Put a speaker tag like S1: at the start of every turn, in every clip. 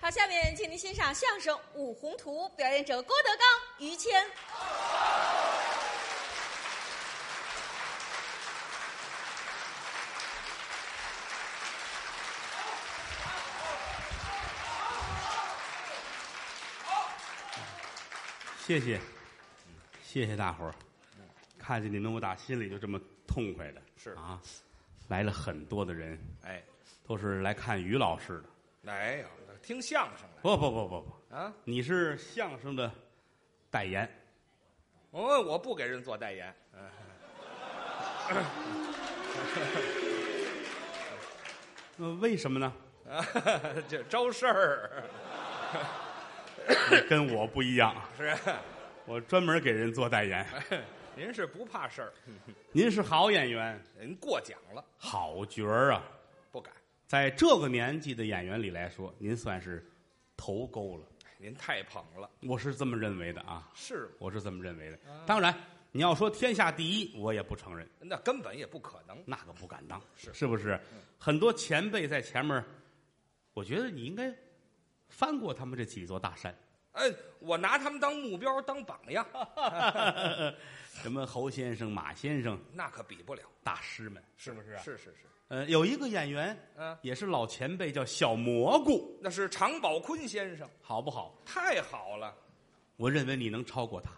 S1: 好，下面请您欣赏相声《五红图》，表演者郭德纲、于谦。
S2: 谢谢，谢谢大伙儿，看见你们，我打心里就这么痛快的。
S3: 是
S2: 啊，来了很多的人，
S3: 哎，
S2: 都是来看于老师的。
S3: 没有，听相声
S2: 不不不不不，
S3: 来啊！
S2: 你是相声的代言，
S3: 哦，我不给人做代言， 嗯
S2: 呃，为什么呢？
S3: 啊，这招事儿
S2: 跟我不一样，啊
S3: 是。
S2: 我专门给人做代言。
S3: 哎您是不怕事儿，
S2: 您是好演员，
S3: 您过奖了，
S2: 好角儿啊，
S3: 不敢。
S2: 在这个年纪的演员里来说，您算是头钩了。
S3: 您太捧了，
S2: 我是这么认为的啊，
S3: 是吗
S2: 我是这么认为的。当然，你要说天下第一，我也不承认。
S3: 那根本也不可能。
S2: 那个不敢当，
S3: 是
S2: 是不是？很多前辈在前面，我觉得你应该翻过他们这几座大山，
S3: 哎，我拿他们当目标当榜样，
S2: 什么侯先生、马先生，
S3: 那可比不了，
S2: 大师们，是不是？
S3: 是是是，
S2: 呃，有一个演员，
S3: 嗯
S2: 也是老前辈，叫小蘑菇，
S3: 那是常宝坤先生，
S2: 好不好？
S3: 太好了，
S2: 我认为你能超过他。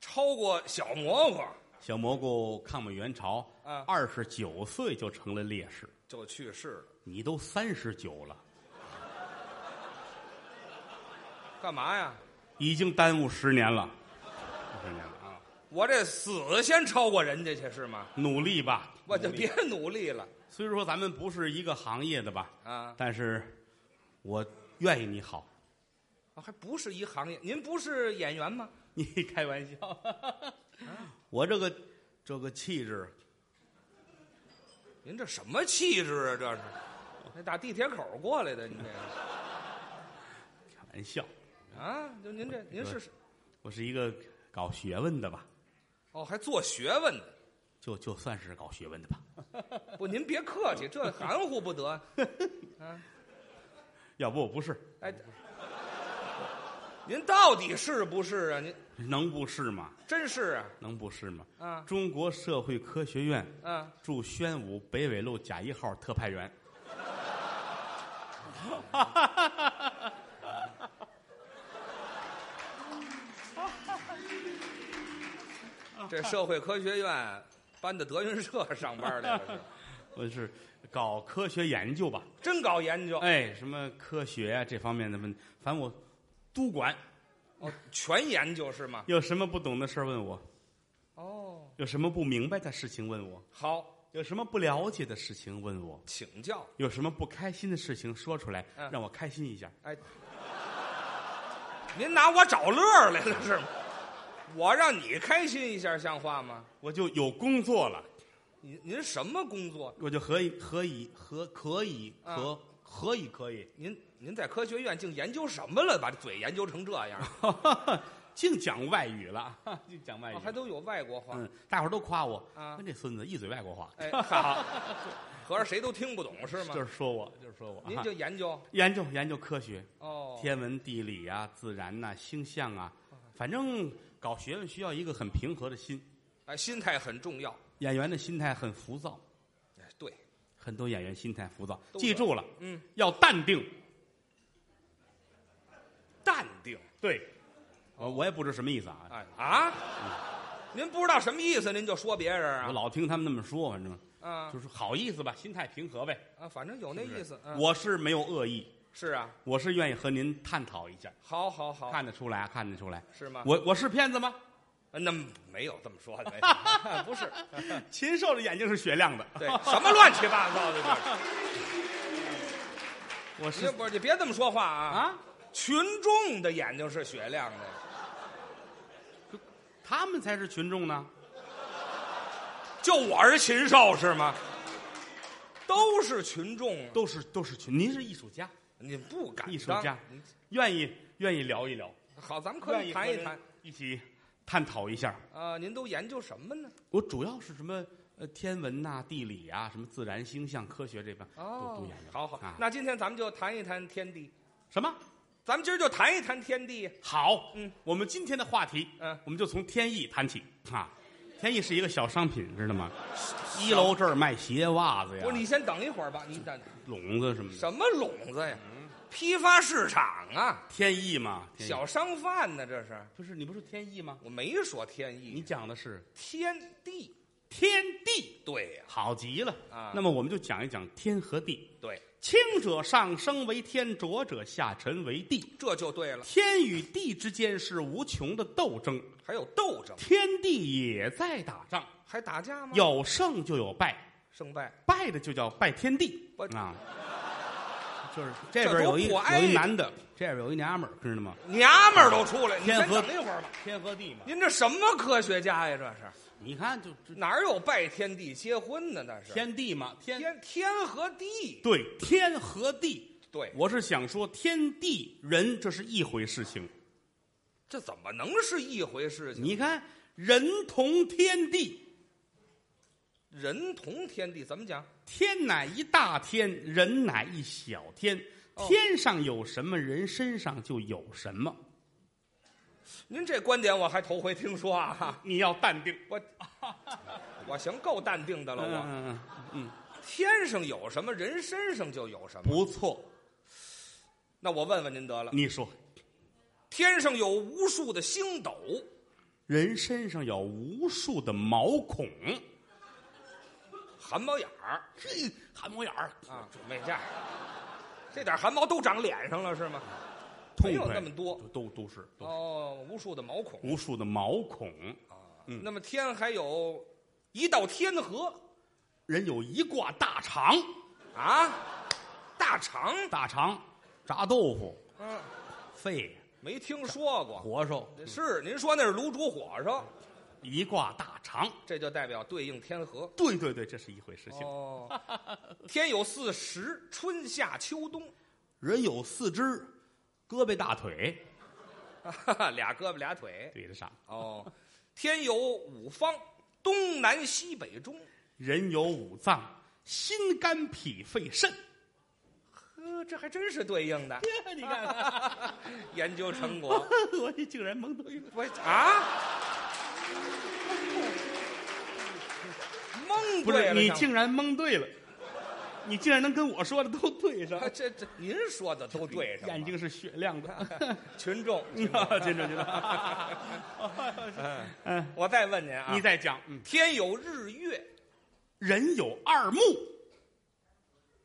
S3: 超过小蘑菇
S2: 小蘑菇抗美援朝
S3: 嗯，
S2: 二十九岁就成了烈士，
S3: 就去世
S2: 你都三十九了，
S3: 了，干嘛呀？
S2: 已经耽误十年了， 十年了啊！
S3: 我这死先超过人家去是吗？
S2: 努力吧，
S3: 我就
S2: 努力
S3: 别努力了
S2: 虽说咱们不是一个行业的吧，
S3: 啊！
S2: 但是我愿意你好。
S3: 啊还不是一行业，您不是演员吗？
S2: 你开玩笑， 我这个这个气质，
S3: 您这什么气质啊？这是，那打地铁口过来的，您这个
S2: 开玩笑，
S3: 啊，就您这您是
S2: 我是一个搞学问的吧，
S3: 哦，还做学问呢？
S2: 就就算是搞学问的吧。
S3: 不，您别客气，这含糊不得。
S2: 要不我不是，
S3: 哎，您到底是不是啊？您
S2: 能不是吗？
S3: 真是啊
S2: 能不是吗？
S3: 啊
S2: 中国社会科学院
S3: 啊！
S2: 驻宣武北纬路甲一号特派员。
S3: 这社会科学院搬到德云社 上班来了，是吧
S2: 我是搞科学研究吧，
S3: 真搞研究
S2: 哎，什么科学啊这方面的问，反正我都管。
S3: 哦，全研究是吗？
S2: 有什么不懂的事儿问我，
S3: 哦，
S2: 有什么不明白的事情问我，
S3: 好，
S2: 有什么不了解的事情问我，
S3: 请教。
S2: 有什么不开心的事情说出来，
S3: 嗯
S2: 让我开心一下。
S3: 哎，您拿我找乐儿来了是吗？我让你开心一下，像话吗？
S2: 我就有工作了，
S3: 您您什么工作？
S2: 我就可以可以和可以
S3: 啊
S2: 和可以可以，
S3: 您您在科学院竟研究什么了？把嘴研究成这样，
S2: 净讲外语了， 净讲外语
S3: 哦。还都有外国话。
S2: 哎嗯，大伙儿都夸我，
S3: 啊
S2: 跟这孙子一嘴外国话，
S3: 哎，好，合着谁都听不懂是吗？
S2: 就是说我，就是说我。
S3: 您
S2: 啊
S3: 就研究
S2: 研究研究科学，
S3: 哦，
S2: 天文地理啊，自然呐、星象啊，反正搞学问需要一个很平和的心。
S3: 哎，心态很重要。
S2: 演员的心态很浮躁，
S3: 哎，对，
S2: 很多演员心态浮躁，
S3: 都
S2: 记住了，
S3: 嗯，
S2: 要淡定。
S3: 淡定。
S2: 对，呃我我也不知什么意思啊，
S3: 哎啊，您不知道什么意思，您就说别人
S2: 嗯我
S3: 啊
S2: 老听他们那么说，反正
S3: 啊
S2: 就是好意思吧，心态平和呗。
S3: 啊，反正有那意思。嗯
S2: 我是没有恶意，
S3: 是啊，
S2: 我是愿意和您探讨一下，
S3: 好好好，
S2: 看得出来啊，看得出来。
S3: 是吗？
S2: 我我是骗子吗？
S3: 呃那么没有这么说的，没有 不是，
S2: 禽兽的眼睛是雪亮的，
S3: 嗯对，什么乱七八糟的这
S2: 我
S3: 是？你不是你别这么说话啊！
S2: 啊，
S3: 群众的眼睛是雪亮的，
S2: 他们才是群众呢。
S3: 就我是禽兽是吗？都是群众啊，
S2: 都是都是群，您是艺术家，
S3: 你不敢当
S2: 艺术家，愿意愿意聊一聊，
S3: 好，咱们可以谈一谈，
S2: 一起探讨一下。
S3: 啊、您都研究什么呢？
S2: 我主要是什么呃天文呐、地理啊，什么自然星象科学这边、
S3: 哦
S2: 都都研究。
S3: 好好
S2: 啊，
S3: 那今天咱们就谈一谈天地。
S2: 什么
S3: 咱们今儿就谈一谈天地呀。
S2: 好？
S3: 嗯，
S2: 我们今天的话题，
S3: 嗯
S2: 我们就从天意谈起啊。天意是一个小商品，知道吗？一楼这儿卖鞋、袜子呀
S3: 不是，，你先等一会儿吧。你等
S2: 嗯笼子什么的。
S3: 什么笼子呀？
S2: 嗯
S3: 批发市场啊，
S2: 天意嘛，天意
S3: 小商贩呢？这是
S2: 不是你不是天意吗？
S3: 我没说天
S2: 你
S3: 意，
S2: 讲的是
S3: 天地
S2: 天地，
S3: 对呀、
S2: 好极了
S3: 啊
S2: 那么我们就讲一讲天和地。
S3: 对，
S2: 清者上升为天，浊者下沉为地。
S3: 这就对了。
S2: 天与地之间是无穷的斗争，
S3: 还有斗争，
S2: 天地也在打仗，
S3: 还打架吗？
S2: 有胜就有败，
S3: 胜败，
S2: 败的就叫拜天地
S3: 我
S2: 啊。就是这
S3: 这
S2: 边
S3: 多
S2: 有一
S3: 不挨
S2: 有一
S3: 着
S2: 男的，这边有一娘们儿，知道吗？
S3: 娘们儿都出来。你
S2: 天
S3: 先
S2: 和
S3: 等一会儿吧。
S2: 天和地嘛，
S3: 您这什么科学家呀？这是
S2: 你看就就
S3: 哪有拜天地结婚呢？那是
S2: 天地嘛，天
S3: 天天和地，
S2: 对天和地，
S3: 对，
S2: 我是想说天地人这是一回事情。
S3: 这怎么能是一回事情？
S2: 你看人同天地，
S3: 人同天地怎么讲？
S2: 天乃一大天，人乃一小天。
S3: 哦
S2: 天上有什么，人身上就有什么。
S3: 您这观点我还头回听说啊！
S2: 你要淡定。
S3: 我我行，够淡定的了。
S2: 嗯
S3: 我
S2: 嗯嗯，
S3: 天上有什么，人身上就有什么。
S2: 不错。
S3: 那我问问您得了，
S2: 你说，
S3: 天上有无数的星斗，
S2: 人身上有无数的毛孔，
S3: 汗毛眼儿
S2: 嘿，汗毛眼儿，
S3: 啊，没这样，这点汗毛都长脸上了是吗？
S2: 痛
S3: 没有
S2: 快
S3: 那么多，
S2: 都都是都
S3: 哦，无数的毛孔。
S2: 无数的毛孔。
S3: 那么天还有一道天河
S2: 人有一挂大肠，
S3: 啊，大肠，
S2: 大肠炸豆腐，
S3: 嗯、
S2: 肺
S3: 没听说过。
S2: 活受，
S3: 是，您说那是炉煮火烧，
S2: 一挂大肠。
S3: 这就代表对应天河。
S2: 对对对，这是一回事情。
S3: 哦，天有四时，春夏秋冬，
S2: 人有四肢，胳膊大腿
S3: 俩胳膊俩腿。
S2: 对得上。
S3: 哦，天有五方，东南西北中。
S2: 人有五脏，心肝脾肺 肾。
S3: 呵，这还真是对应的
S2: 你
S3: 啊
S2: 看，
S3: 研究成果。
S2: 我也竟然蒙对 了。
S3: 我啊，蒙
S2: 不
S3: 对
S2: 是
S3: 了，
S2: 你
S3: 像
S2: 竟然蒙对了，你竟然能跟我说的都对上
S3: 啊，这这您说的都对上了，
S2: 眼睛是雪亮的。
S3: 群众。群众
S2: 啊，真的真
S3: 嗯啊
S2: 的。嗯，
S3: 我再问您啊，
S2: 你再讲。嗯，
S3: 天有日月
S2: 人有二目，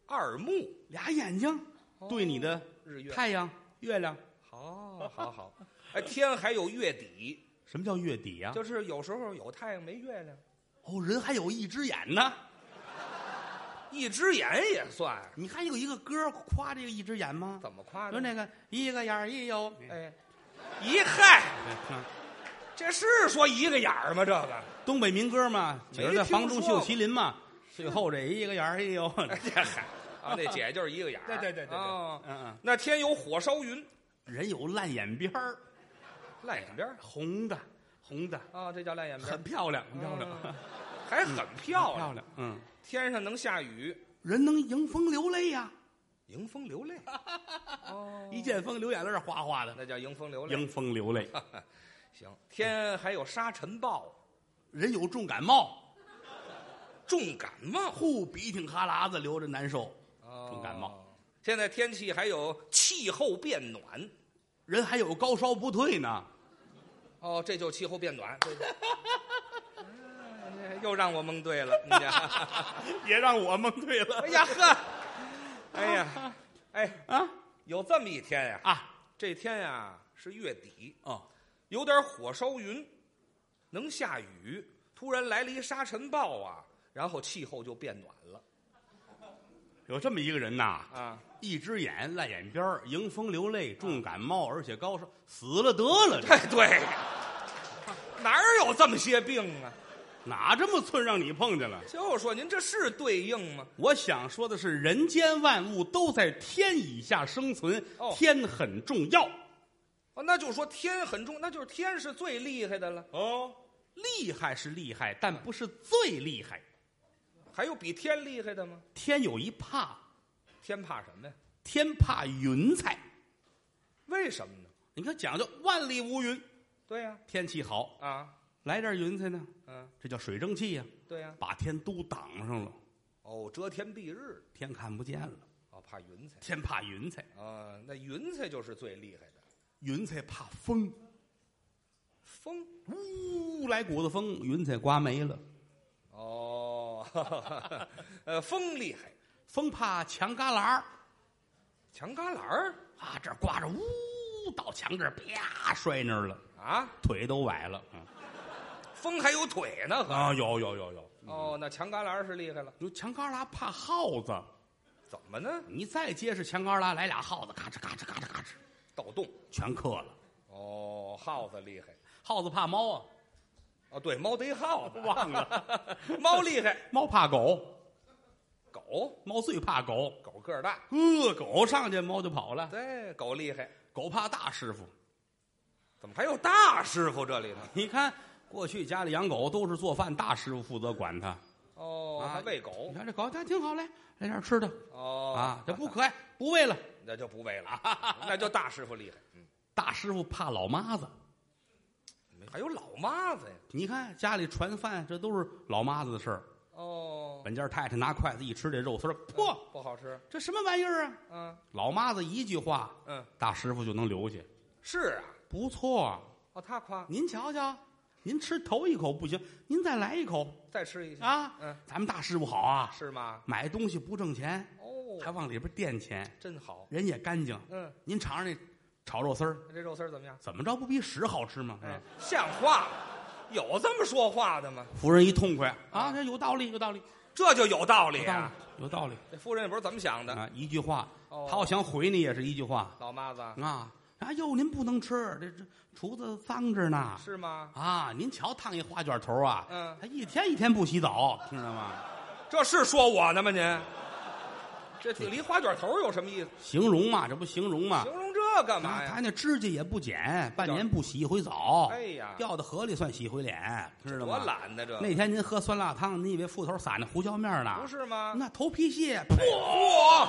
S3: 二目，
S2: 俩眼睛对你的
S3: 哦日月
S2: 太阳、月亮。
S3: 好，好，好。哎，天还有月底，
S2: 什么叫月底呀？
S3: 就是有时候有太阳没月亮，
S2: 哦，人还有一只眼呢。
S3: 一只眼也算，
S2: 你还有一个歌夸这个一只眼吗？
S3: 怎么夸
S2: 说那
S3: 呢？
S2: 个一个眼儿一有，
S3: 哎，一嗨，
S2: 嗯
S3: 这是说一个眼儿吗？这个，
S2: 东北民歌嘛，
S3: 没
S2: 姐儿在房中
S3: 听
S2: 绣
S3: 说过
S2: 麒麟嘛，最后这一个眼儿 一有，
S3: 哎这嗨，啊，那姐就是一个眼 儿。
S2: 对对对对对
S3: 哦
S2: 嗯嗯
S3: 那天有火烧云，
S2: 人有烂眼边儿，
S3: 烂眼边儿
S2: 红的红的，
S3: 啊，这叫烂眼边儿
S2: 很，漂亮，很漂亮，
S3: 啊还很漂
S2: 漂
S3: 亮。
S2: 亮，嗯，
S3: 天上能下雨，
S2: 人能迎风流泪呀，
S3: 迎风流泪， 哦，
S2: 一见风流眼泪儿哗哗的，
S3: 那叫迎风流泪。
S2: 迎风流泪。
S3: 行，天还有沙尘暴，
S2: 人有重感冒，
S3: 重感冒，
S2: 呼鼻涕哈喇子流着难受，重感冒。
S3: 哦。现在天气还有气候变暖，
S2: 人还有高烧不退呢，
S3: 哦，这就气候变暖。对对 哎又让我蒙对了，你这，
S2: 也让我蒙对了
S3: 哎呀呵，哎 呀，哎，
S2: 啊
S3: 有这么一天呀、
S2: 啊！
S3: 这天呀、是月底，
S2: 哦，
S3: 有点火烧云，能下雨，突然来了一沙尘暴啊，然后气候就变暖了
S2: 有这么一个人呐，
S3: 啊。
S2: 一只眼烂眼边儿迎风流泪，重感冒，而且高烧，死了得了，这
S3: 哎对， 哪儿有这么些病啊？
S2: 哪这么寸让你碰见了？
S3: 就说您这是对应吗？
S2: 我想说的是，人间万物都在天以下生存，
S3: 哦
S2: 天很重要
S3: 哦，那就说天很重，那就是天是最厉害的了。
S2: 哦。厉害是厉害，但不是最厉害。
S3: 还有比天厉害的吗？
S2: 天有一怕，
S3: 天怕什么呀？
S2: 天怕云彩。
S3: 为什么呢？
S2: 你看讲究万里无云，
S3: 对呀、
S2: 天气好，
S3: 啊，
S2: 来点云彩呢，
S3: 嗯，
S2: 这叫水蒸气呀、
S3: 对呀、
S2: 把天都挡上了，
S3: 哦，遮天蔽日，
S2: 天看不见了，
S3: 哦，怕云彩
S2: 天怕云彩，
S3: 啊，那云彩就是最厉害的
S2: 云彩怕风，
S3: 风
S2: 呜来股子风，云彩刮没了，
S3: 哦，呃，风厉害，
S2: 风怕墙旮旯儿
S3: 墙旮旯儿
S2: 啊，这儿刮着呜到墙这儿啪摔那儿了，
S3: 啊，
S2: 腿都崴了啊
S3: 风还有腿呢，呵
S2: 啊，有有有有，
S3: 哦，那墙旮旯儿是厉害了，
S2: 有墙旮旯怕耗子，
S3: 怎么呢？
S2: 你再结实墙旮旯来俩耗子，咔哧咔哧咔哧咔哧，
S3: 盗洞
S2: 全克了。
S3: 哦，耗子厉害
S2: 耗子怕猫啊，
S3: 哦，对，猫逮耗子，
S2: 忘了，
S3: 猫厉害，
S2: 猫怕狗，
S3: 狗
S2: 猫最怕狗，
S3: 狗个儿大，
S2: 呃，狗上去猫就跑了。
S3: 对，狗厉害，
S2: 狗怕大师傅，
S3: 怎么还有大师傅这里头？
S2: 你看过去家里养狗都是做饭，大师傅负责管它。
S3: 哦，
S2: 啊
S3: 还喂
S2: 你
S3: 狗
S2: 看这狗，它挺好，来来点吃的
S3: 哦
S2: 啊，这不可爱，不喂了。
S3: 那就不喂了， 那就大师傅厉害。嗯，
S2: 大师傅怕老妈子，
S3: 还有老妈子呀。
S2: 你看家里传饭，这都是老妈子的事儿。
S3: 哦，
S2: 本家太太拿筷子一吃这肉丝儿，嚯，
S3: 不好吃。
S2: 这什么玩意儿啊？
S3: 嗯
S2: 老妈子一句话，
S3: 嗯，
S2: 大师傅就能留下，
S3: 是啊。
S2: 不错啊。
S3: 哦，他夸，
S2: 您瞧瞧，您吃头一口不行，您再来一口
S3: 再吃一下。
S2: 啊！
S3: 嗯，
S2: 咱们大师傅好啊，
S3: 是吗？
S2: 买东西不挣钱，
S3: 哦，
S2: 还往里边垫钱，
S3: 真好。
S2: 人也干净。
S3: 嗯，
S2: 您尝尝那炒肉丝儿，
S3: 那这肉丝儿怎么样？
S2: 怎么着不比屎好吃吗？
S3: 哎，像话吗？有这么说话的吗？
S2: 夫人一痛快啊，
S3: 啊
S2: 这有道理，有道理，
S3: 这就有道
S2: 有
S3: 理
S2: 道
S3: 啊！
S2: 理，有道理
S3: 这夫人也不知道怎么想的。
S2: 啊！一句话，
S3: 嗯哦
S2: 他要想回你也是一句话
S3: 老妈子
S2: 啊。哎呦，您不能吃，这这厨子脏着呢。
S3: 是吗？
S2: 啊，您瞧烫一花卷头啊，
S3: 嗯
S2: 他一天一天不洗澡，听着吗？
S3: 这是说我呢吗？您这离花卷头有什么意思？
S2: 形容嘛，这不形容嘛？
S3: 形容这干嘛
S2: 啊，他
S3: 哎呀？
S2: 那指甲也不剪，半年不洗一回澡。
S3: 哎呀
S2: 掉到河里算洗回脸，知道
S3: 多
S2: 吗？
S3: 懒啊的这
S2: 那天您喝酸辣汤，您以为斧头撒那胡椒面呢？
S3: 不，是啊吗？
S2: 那头皮屑，噗，
S3: 嚯！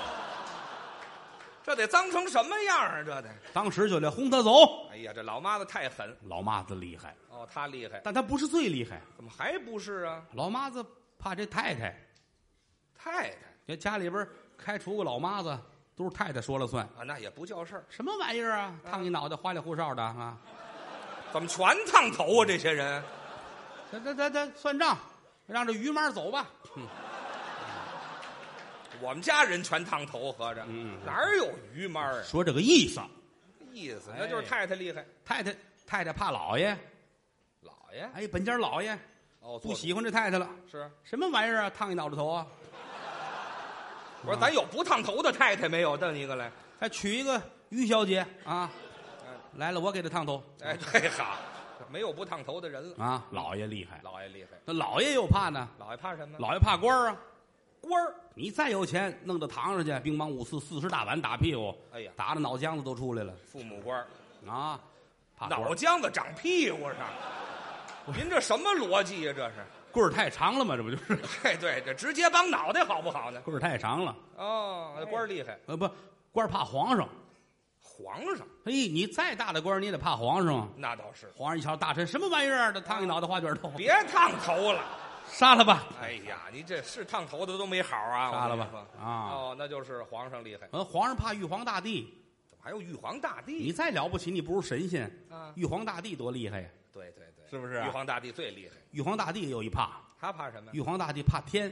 S3: 这得脏成什么样啊？这得，
S2: 当时就得轰他走。
S3: 哎呀，这老妈子太狠
S2: 老妈子厉害，
S3: 哦，她厉害，
S2: 但他不是最厉害。
S3: 怎么还不是啊？
S2: 老妈子怕这太太，
S3: 太太
S2: 这家里边开除个老妈子，都是太太说了算。
S3: 啊，那也不叫事儿，
S2: 什么玩意儿啊？烫一脑袋花里胡哨的啊！
S3: 怎么全烫头啊？这些人，
S2: 他他他他算账，让这于妈走吧。
S3: 我们家人全烫头，合着
S2: 嗯
S3: 哪儿有于妈儿啊？
S2: 说这个意思，
S3: 意思
S2: 哎
S3: 那就是太太厉害，
S2: 太太太太怕老爷，
S3: 老爷
S2: 哎，本家老爷
S3: 哦，
S2: 不
S3: 做
S2: 喜欢这太太了，
S3: 是，
S2: 什么玩意儿啊？烫一脑袋头啊！
S3: 我说咱有不烫头的太太没有？瞪一个来，
S2: 还娶一个于小姐啊
S3: 哎，
S2: 来了我给她烫头
S3: 哎，对好，没有不烫头的人了，
S2: 啊！老爷厉害，
S3: 老爷厉害，
S2: 那老爷又怕呢，
S3: 老爷怕什么？
S2: 老爷怕官儿啊。
S3: 官儿，
S2: 你再有钱，弄到堂上去，乒乓五四四十大板打屁股，
S3: 哎呀，
S2: 打的脑浆子都出来了
S3: 父母官儿。
S2: 啊！怕
S3: 脑
S2: 棍
S3: 浆子长屁股 上，您这什么逻辑呀、这是？
S2: 棍儿太长了嘛，这不就是
S3: 对对，这直接帮脑袋好不好呢？
S2: 棍儿太长了？
S3: 哦，那官儿厉害，
S2: 呃，不，官儿怕皇上。
S3: 皇上
S2: 嘿，你再大的官儿，你也得怕皇上啊。
S3: 那倒是，
S2: 皇上一瞧大臣什么玩意儿，这烫一脑袋花卷头，
S3: 别烫头了。
S2: 杀了吧，
S3: 哎呀，你这是烫头的都没好啊！
S2: 杀了
S3: 我跟你
S2: 吧
S3: 说
S2: 啊！
S3: 哦，那就是皇上厉害，
S2: 呃，皇上怕玉皇大帝，
S3: 怎么还有玉皇大帝
S2: 你再了不起，你不如神仙。
S3: 啊？
S2: 玉皇大帝多厉害呀！
S3: 对对对，
S2: 是不是啊
S3: 玉皇大帝最厉害，
S2: 玉皇大帝也有一怕，
S3: 他怕什么呀？
S2: 玉皇大帝怕天，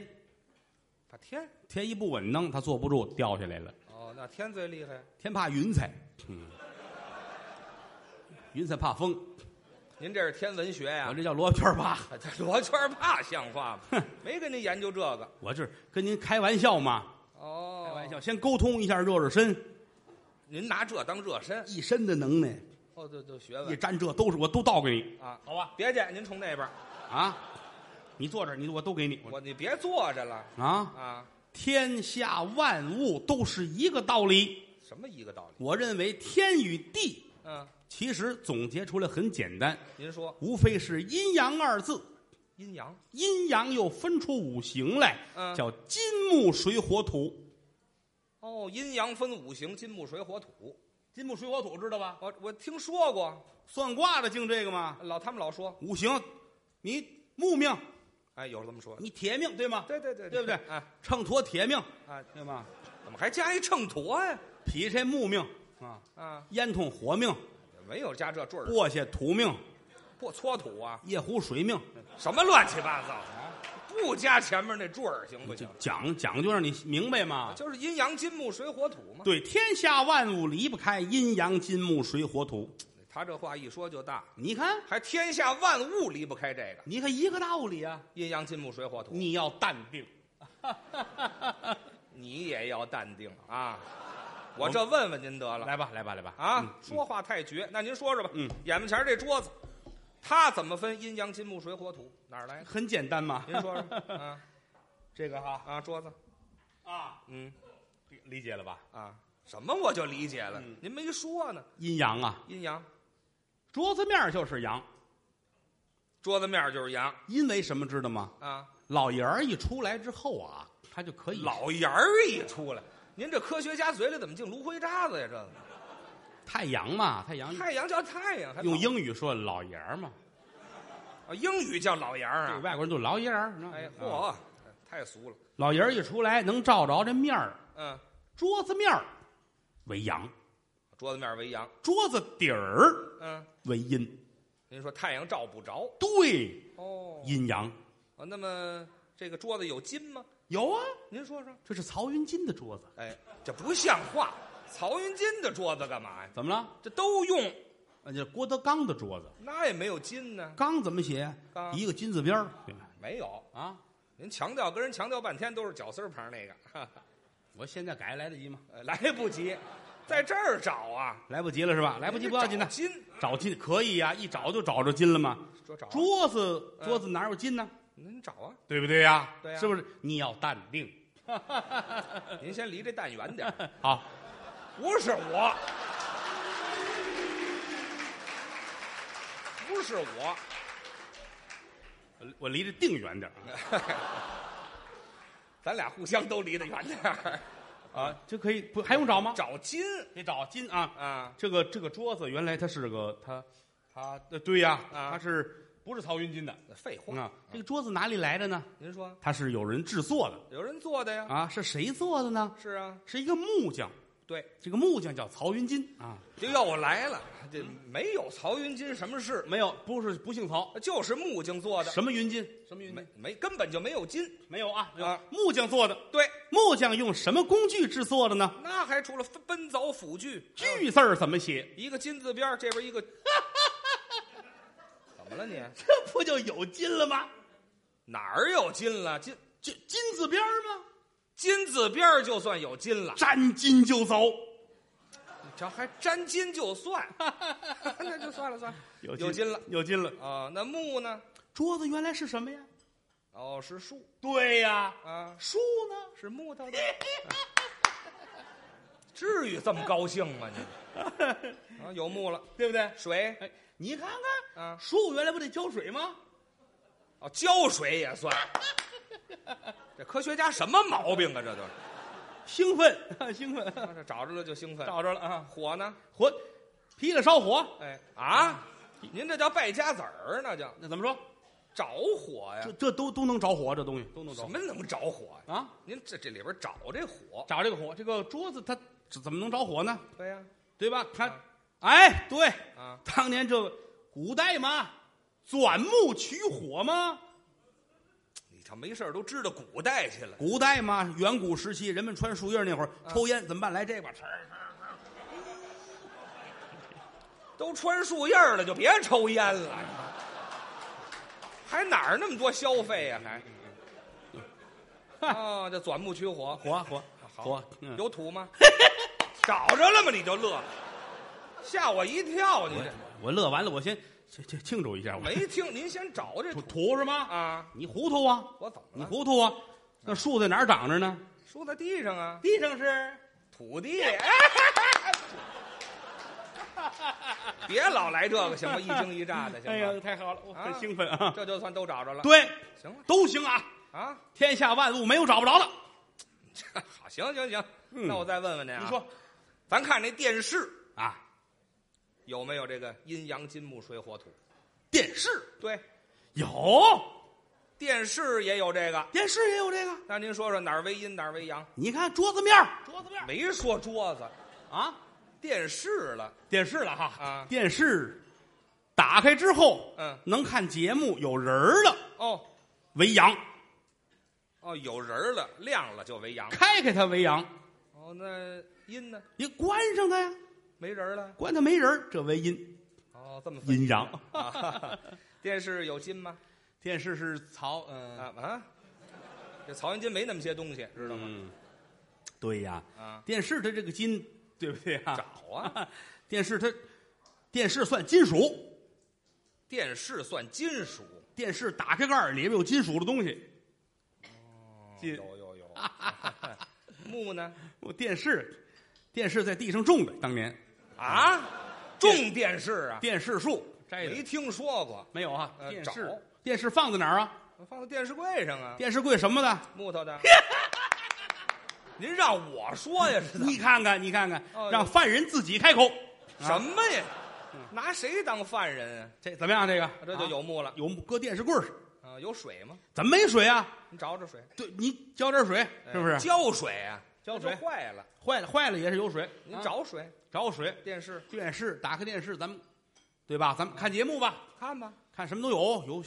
S3: 怕天。
S2: 天一不稳当，他坐不住掉下来了。
S3: 哦，那天最厉害，
S2: 天怕云彩，嗯，云彩怕风，
S3: 您这是天文学呀、
S2: 我这叫罗圈怕。
S3: 哎这罗圈儿怕像话吗？没跟您研究这个。
S2: 我这跟您开玩笑嘛，
S3: 哦，
S2: 开玩笑，先沟通一下，热热身，
S3: 您拿这当热身，
S2: 一身的能耐，
S3: 哦，对对，学
S2: 一
S3: 问
S2: 沾这都是我都倒给你
S3: 啊，
S2: 好吧？
S3: 别介，您冲那边儿，
S2: 啊！你坐这儿，你我都给你
S3: 我你别坐着了
S2: 啊！
S3: 啊，
S2: 天下万物都是一个道理，
S3: 什么一个道理？
S2: 我认为天与地
S3: 嗯，
S2: 其实总结出来很简单，
S3: 您说
S2: 无非是阴阳二字。
S3: 阴阳
S2: 阴阳又分出五行来，
S3: 嗯
S2: 叫金木水火土。
S3: 哦，阴阳分五行，金木水火土，
S2: 金木水火土知道吧？
S3: 哦我我听说过，
S2: 算卦的敬这个吗？
S3: 老他们老说，
S2: 五行，你木命，
S3: 哎，有这么说的。
S2: 你铁命对吗？
S3: 对对对，
S2: 对不对
S3: 啊
S2: 秤砣铁命
S3: 啊，
S2: 对吗？
S3: 怎么还加一秤砣呀？
S2: 劈柴木命啊，
S3: 啊，
S2: 烟筒火命，
S3: 没有加这坠儿，
S2: 簸箕土命，
S3: 不搓土啊，
S2: 夜壶水命，
S3: 什么乱七八糟的，不加前面那坠儿行不
S2: 就
S3: 行？
S2: 讲讲究让你明白嘛。
S3: 就是阴阳金木水火土嘛。
S2: 对，天下万物离不开阴阳金木水火土。
S3: 他这话一说就大，
S2: 你看，
S3: 还天下万物离不开这个
S2: 你看一个道理啊。
S3: 阴阳金木水火土。
S2: 你要淡定，
S3: 你也要淡定啊！我这问问您得了
S2: 来吧，来吧，来吧
S3: 啊，
S2: 嗯
S3: 说话太绝。那您说说吧，
S2: 嗯，
S3: 眼门前这桌子，它怎么分阴阳金木水火土？哪儿来的？
S2: 很简单嘛。
S3: 您说说 啊
S2: 这个哈
S3: 啊，桌子，
S2: 啊，
S3: 嗯
S2: 理解了吧？
S3: 啊，什么我就理解了，
S2: 嗯
S3: 您没说呢。
S2: 阴阳啊，
S3: 阴阳，
S2: 桌子面儿就是阳，
S3: 桌子面儿就是阳
S2: 因为什么知道吗？
S3: 啊，
S2: 老爷儿一出来之后啊，他就可以
S3: 老眼儿一出来，您这科学家嘴里怎么净芦灰渣子呀？这个
S2: 太阳嘛，太阳
S3: 太阳叫太阳，还
S2: 嗯用
S3: 老
S2: 英语说老爷儿嘛，
S3: 啊英语叫老阳
S2: 对
S3: 啊？
S2: 外国人就老爷儿。那
S3: 哎，嚯、
S2: 啊
S3: 太俗了，
S2: 老爷儿一出来能照着这面儿，
S3: 嗯，
S2: 桌子面儿为阳，
S3: 桌子面儿为阳，
S2: 桌子底儿
S3: 嗯，
S2: 为阴，
S3: 您说太阳照不着。
S2: 对，
S3: 哦，
S2: 阴阳
S3: 啊，那么这个桌子有金吗？
S2: 有啊，
S3: 您说说。
S2: 这是曹云金的桌子，
S3: 哎，这不像话！曹云金的桌子干嘛呀？
S2: 怎么了？
S3: 这都用，
S2: 呃这郭德纲的桌子，
S3: 那也没有金呢，
S2: 纲怎么写？
S3: 纲
S2: 一个金字边儿
S3: 没有。
S2: 啊！
S3: 您强调跟人强调半天都是绞丝儿旁那个， 哈哈
S2: 我现在改来得及吗？
S3: 呃来不及，在这儿找啊，
S2: 来不及了是吧？来不及不要紧的
S3: 找，金
S2: 哎找金可以呀、一找就找着金了吗？
S3: 说找啊，
S2: 桌子
S3: 嗯
S2: 桌子哪有金呢？
S3: 您找啊，
S2: 对不对呀、
S3: 对呀
S2: 是不是？你要淡定。
S3: 您先离这蛋远点 儿。
S2: 好，
S3: 不是我，不是我，
S2: 我我离这定远点 儿
S3: 咱俩互相都离得远点儿。
S2: 啊，这可以不还用找吗？
S3: 找金
S2: 得找金啊！
S3: 啊，
S2: 这个这个桌子原来它是个它它呃对呀、
S3: 啊
S2: 它是不是曹云 金的
S3: 呃废话，
S2: 啊？这个桌子哪里来的呢？
S3: 您说
S2: 它是有人制作的
S3: 有人做的呀？
S2: 啊，是谁做的呢？
S3: 是啊，
S2: 是一个木匠，
S3: 对，
S2: 这个木匠叫曹云金啊，
S3: 就要我来了，这没有曹云金什么事，
S2: 没有不是不姓曹，
S3: 就是木匠做的，
S2: 什么云金？什么云
S3: 没
S2: 金？
S3: 没根本就没有金。
S2: 没有啊，
S3: 啊
S2: 木匠做的。
S3: 对，
S2: 木匠用什么工具制作的呢？
S3: 那还除了分奔凿斧锯，
S2: 锯字儿怎么写？
S3: 一个金字边儿这边一个， 怎么了你？
S2: 这不就有金了吗？
S3: 哪儿有金了？金
S2: 这金字边儿吗？
S3: 金字边儿就算有金了，
S2: 沾金就走。
S3: 这还沾金就算， 那就算了算了，有
S2: 金
S3: 了，
S2: 有金了。
S3: 啊。那木呢？
S2: 桌子原来是什么呀？
S3: 哦，是树
S2: 对呀，
S3: 啊，
S2: 树呢？
S3: 是木头的。至于这么高兴吗你？啊，有木了，
S2: 对不对？
S3: 水
S2: 哎，你看看，
S3: 啊，
S2: 树原来不得浇水吗？
S3: 哦，浇水也算。这科学家什么毛病啊？这都是，
S2: 兴奋， 兴奋，
S3: 啊这找着了就兴奋。
S2: 找着了啊！
S3: 火呢？
S2: 火，劈了烧火，
S3: 哎啊，您这叫败家子儿，那叫
S2: 那怎么说？
S3: 着火呀
S2: 这？这都都能着火，这东西都能着
S3: 什么能着火呀？
S2: 啊！
S3: 您这这里边找这火，
S2: 找这个火，这个桌子它怎么能着火呢？
S3: 对呀、
S2: 对吧？它，
S3: 啊
S2: 哎，对，
S3: 啊，
S2: 当年这古代嘛，钻木取火嘛，
S3: 你他没事儿都知道古代去了，
S2: 古代嘛，远古时期人们穿树叶那会儿
S3: 啊
S2: 抽烟怎么办？来这把，呲儿
S3: 都穿树叶儿了，就别抽烟了，还哪儿那么多消费呀、还啊，这钻木取火，
S2: 火火
S3: 好
S2: 火，嗯，
S3: 有土吗？找着了吗？你就乐，吓我一跳！你这
S2: 我乐完了，我先这这庆祝一下，我
S3: 没听？您先找这
S2: 土
S3: 土
S2: 土是吗？
S3: 啊！
S2: 你糊涂啊！
S3: 我怎么
S2: 你
S3: 了？
S2: 糊涂啊！那树在哪儿长着呢？
S3: 输在地上啊，
S2: 地上是。
S3: 土地。别老来这 个行吗？一惊 一乍的
S2: 哎呀，
S3: 行吗？
S2: 太好了，我很
S3: 啊
S2: 兴奋啊！
S3: 这就算都找着了。
S2: 对，
S3: 行了
S2: 都行啊！
S3: 啊，
S2: 天下万物没有找不着的。
S3: 好，行行行，
S2: 嗯
S3: 那我再问问您啊，
S2: 你说，
S3: 咱看那电视，
S2: 啊，
S3: 有没有这个阴阳金木水火土？
S2: 电视
S3: 对，
S2: 有，
S3: 电视也有这个。
S2: 电视也有这个。
S3: 那您说说哪儿为阴，哪儿为阳？
S2: 你看桌子面儿
S3: 桌子面没说桌子，
S2: 啊，
S3: 电视了。
S2: 电视了哈，
S3: 啊
S2: 电视打开之后，
S3: 嗯
S2: 能看节目，有人儿了，
S3: 哦
S2: 为阳，
S3: 哦，有人儿了，亮了就为阳。
S2: 开开它为阳，
S3: 哦，那阴呢？
S2: 你关上它呀，
S3: 没人儿了。
S2: 关它没人儿，这为阴
S3: 哦，这么分
S2: 阴阳。
S3: 啊哈哈电视有金吗？
S2: 电视是曹，嗯、
S3: 啊啊，这曹云金没那么些东西，知道吗？
S2: 嗯，对呀，
S3: 啊，
S2: 电视它这个金，对不对啊？
S3: 找啊，
S2: 电视它，电视算金属，
S3: 电视算金属，
S2: 电视打开盖儿里面有金属的东西，金
S3: 哦 有有有。 木呢？
S2: 我电视，电视在地上种的，当年
S3: 啊，种电视啊，
S2: 电视树摘
S3: 没
S2: 的
S3: 听说过，
S2: 没有啊？
S3: 呃
S2: 电
S3: 找
S2: 视电视放在哪儿啊？
S3: 放到电视柜上啊，
S2: 电视柜什么的？
S3: 木头的。 您让我说呀，是怎么
S2: 你看看，你看看
S3: 哦，
S2: 让犯人自己开口，
S3: 什么呀？拿谁当犯人啊？
S2: 这怎么样？这个
S3: 嗯这就
S2: 啊
S3: 有木了
S2: 有搁电视柜儿上，
S3: 啊？有水吗？
S2: 怎么没水啊？
S3: 你找找水，
S2: 对你浇点水
S3: 哎
S2: 是不是？
S3: 浇水啊，
S2: 浇水
S3: 那就坏了，
S2: 坏了坏了也是有水，
S3: 您
S2: 啊
S3: 找水。
S2: 找水。
S3: 电视
S2: 电视打开电视，咱们对吧？咱们看节目吧，
S3: 看吧，
S2: 看什么都有，有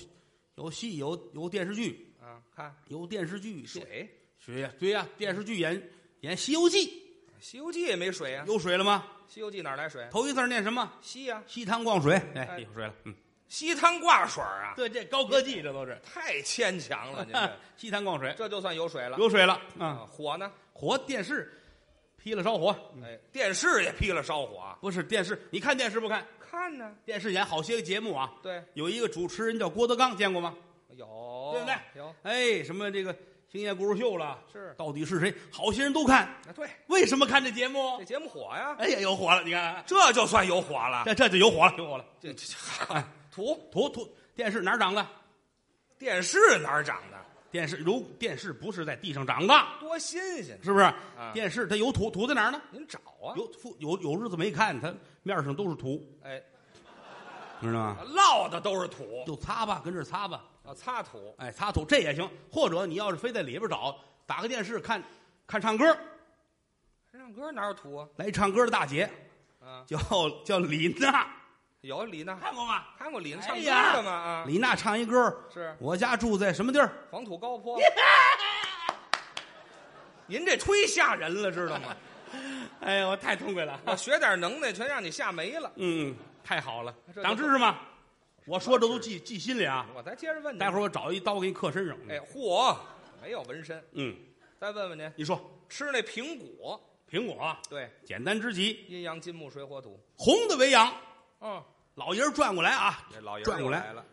S2: 有戏，有有电视剧，
S3: 啊，看
S2: 有电视剧电
S3: 水，
S2: 水呀，对呀、电视剧演演《西游记
S3: 《西游记》也没水啊，》，《
S2: 有水了吗？
S3: 西游记》哪儿来水？啊
S2: 头一字念什么？
S3: 西呀，
S2: 西塘逛水，
S3: 哎
S2: 哎，有水了。嗯，
S3: 西汤挂水啊，
S2: 对，这高科技，这都是
S3: 太牵强了，您 这
S2: 西塘逛水，
S3: 这就算有水了。
S2: 有水了啊！
S3: 啊，火呢？
S2: 火电视劈了烧火，
S3: 哎，电视也劈了烧火啊，
S2: 不是电视，你看电视不看？
S3: 看呢，
S2: 电视演好些个节目啊，
S3: 对，
S2: 有一个主持人叫郭德纲，见过吗？
S3: 有，
S2: 对不对
S3: 有，
S2: 哎，什么这个星夜故事秀了，
S3: 是，
S2: 到底是谁？好些人都看。
S3: 啊，对，
S2: 为什么看这节
S3: 这
S2: 目？
S3: 节目火呀，
S2: 哎呀，有火了！你看，
S3: 这就算有火了。
S2: 这这就有火了，有火了。啊
S3: 这这这土
S2: 图图电视哪儿长的？
S3: 电视哪儿长的？
S2: 电视如电视不是在地上长的，
S3: 多新鲜！
S2: 是不是？电视它有土，土在哪儿呢？
S3: 您找啊，
S2: 有土有有日子没看，它面上都是土，
S3: 哎，
S2: 知道
S3: 啊
S2: 吗？
S3: 落的都是土
S2: 就擦吧，跟这儿擦吧，
S3: 啊，擦土
S2: 哎，擦土这也行。或者你要是非在里边找，打开电视看，看唱歌，
S3: 唱歌哪有土啊？
S2: 来一唱歌的大姐
S3: 啊，
S2: 叫 叫李娜，
S3: 有李娜，
S2: 看过吗？
S3: 看过李娜唱
S2: 哎
S3: 歌
S2: 呀
S3: 的吗？啊，
S2: 李娜唱一歌，
S3: 是
S2: 我家住在什么地儿？
S3: 黄土高坡。您这忒吓人了，知道吗？
S2: 哎呦，太痛快了！
S3: 我学点能耐，全让你吓没了。
S2: 嗯，太好了
S3: 这，就
S2: 长知识吗？我说这都记记心里啊。
S3: 我再接着问您。
S2: 待会儿我找一刀给你刻身上。
S3: 哎，嚯，没有纹身。
S2: 嗯，
S3: 再问问您，
S2: 你说
S3: 吃那苹果，
S2: 苹果啊
S3: 对，
S2: 简单之极，
S3: 阴阳金木水火土。
S2: 红的为阳，
S3: 嗯，
S2: 老爷儿转过来啊，
S3: 这老爷
S2: 转
S3: 又
S2: 过来
S3: 来了。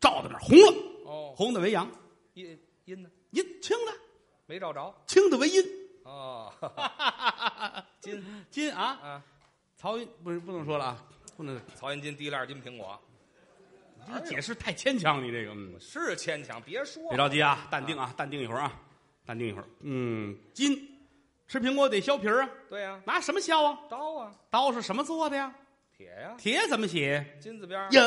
S2: 照到那儿红了，
S3: 哦，
S2: 红的为阳，
S3: 阴阴呢？
S2: 阴青的，
S3: 没找着。
S2: 青的为阴，
S3: 哦，哈哈金
S2: 金啊，
S3: 啊，
S2: 曹云不是不能说了啊，不能，
S3: 曹云金、提链金苹果
S2: 你这个解释太牵强，你这个，嗯，
S3: 是牵强，别说
S2: 别着急啊，淡定啊，淡定一会儿啊，淡定一会儿。嗯，金，吃苹果得削皮儿啊，
S3: 对呀、
S2: 拿什么削啊？
S3: 刀啊，
S2: 刀是什么做的呀？
S3: 铁呀、
S2: 铁怎么写？
S3: 金字边儿，
S2: 呀，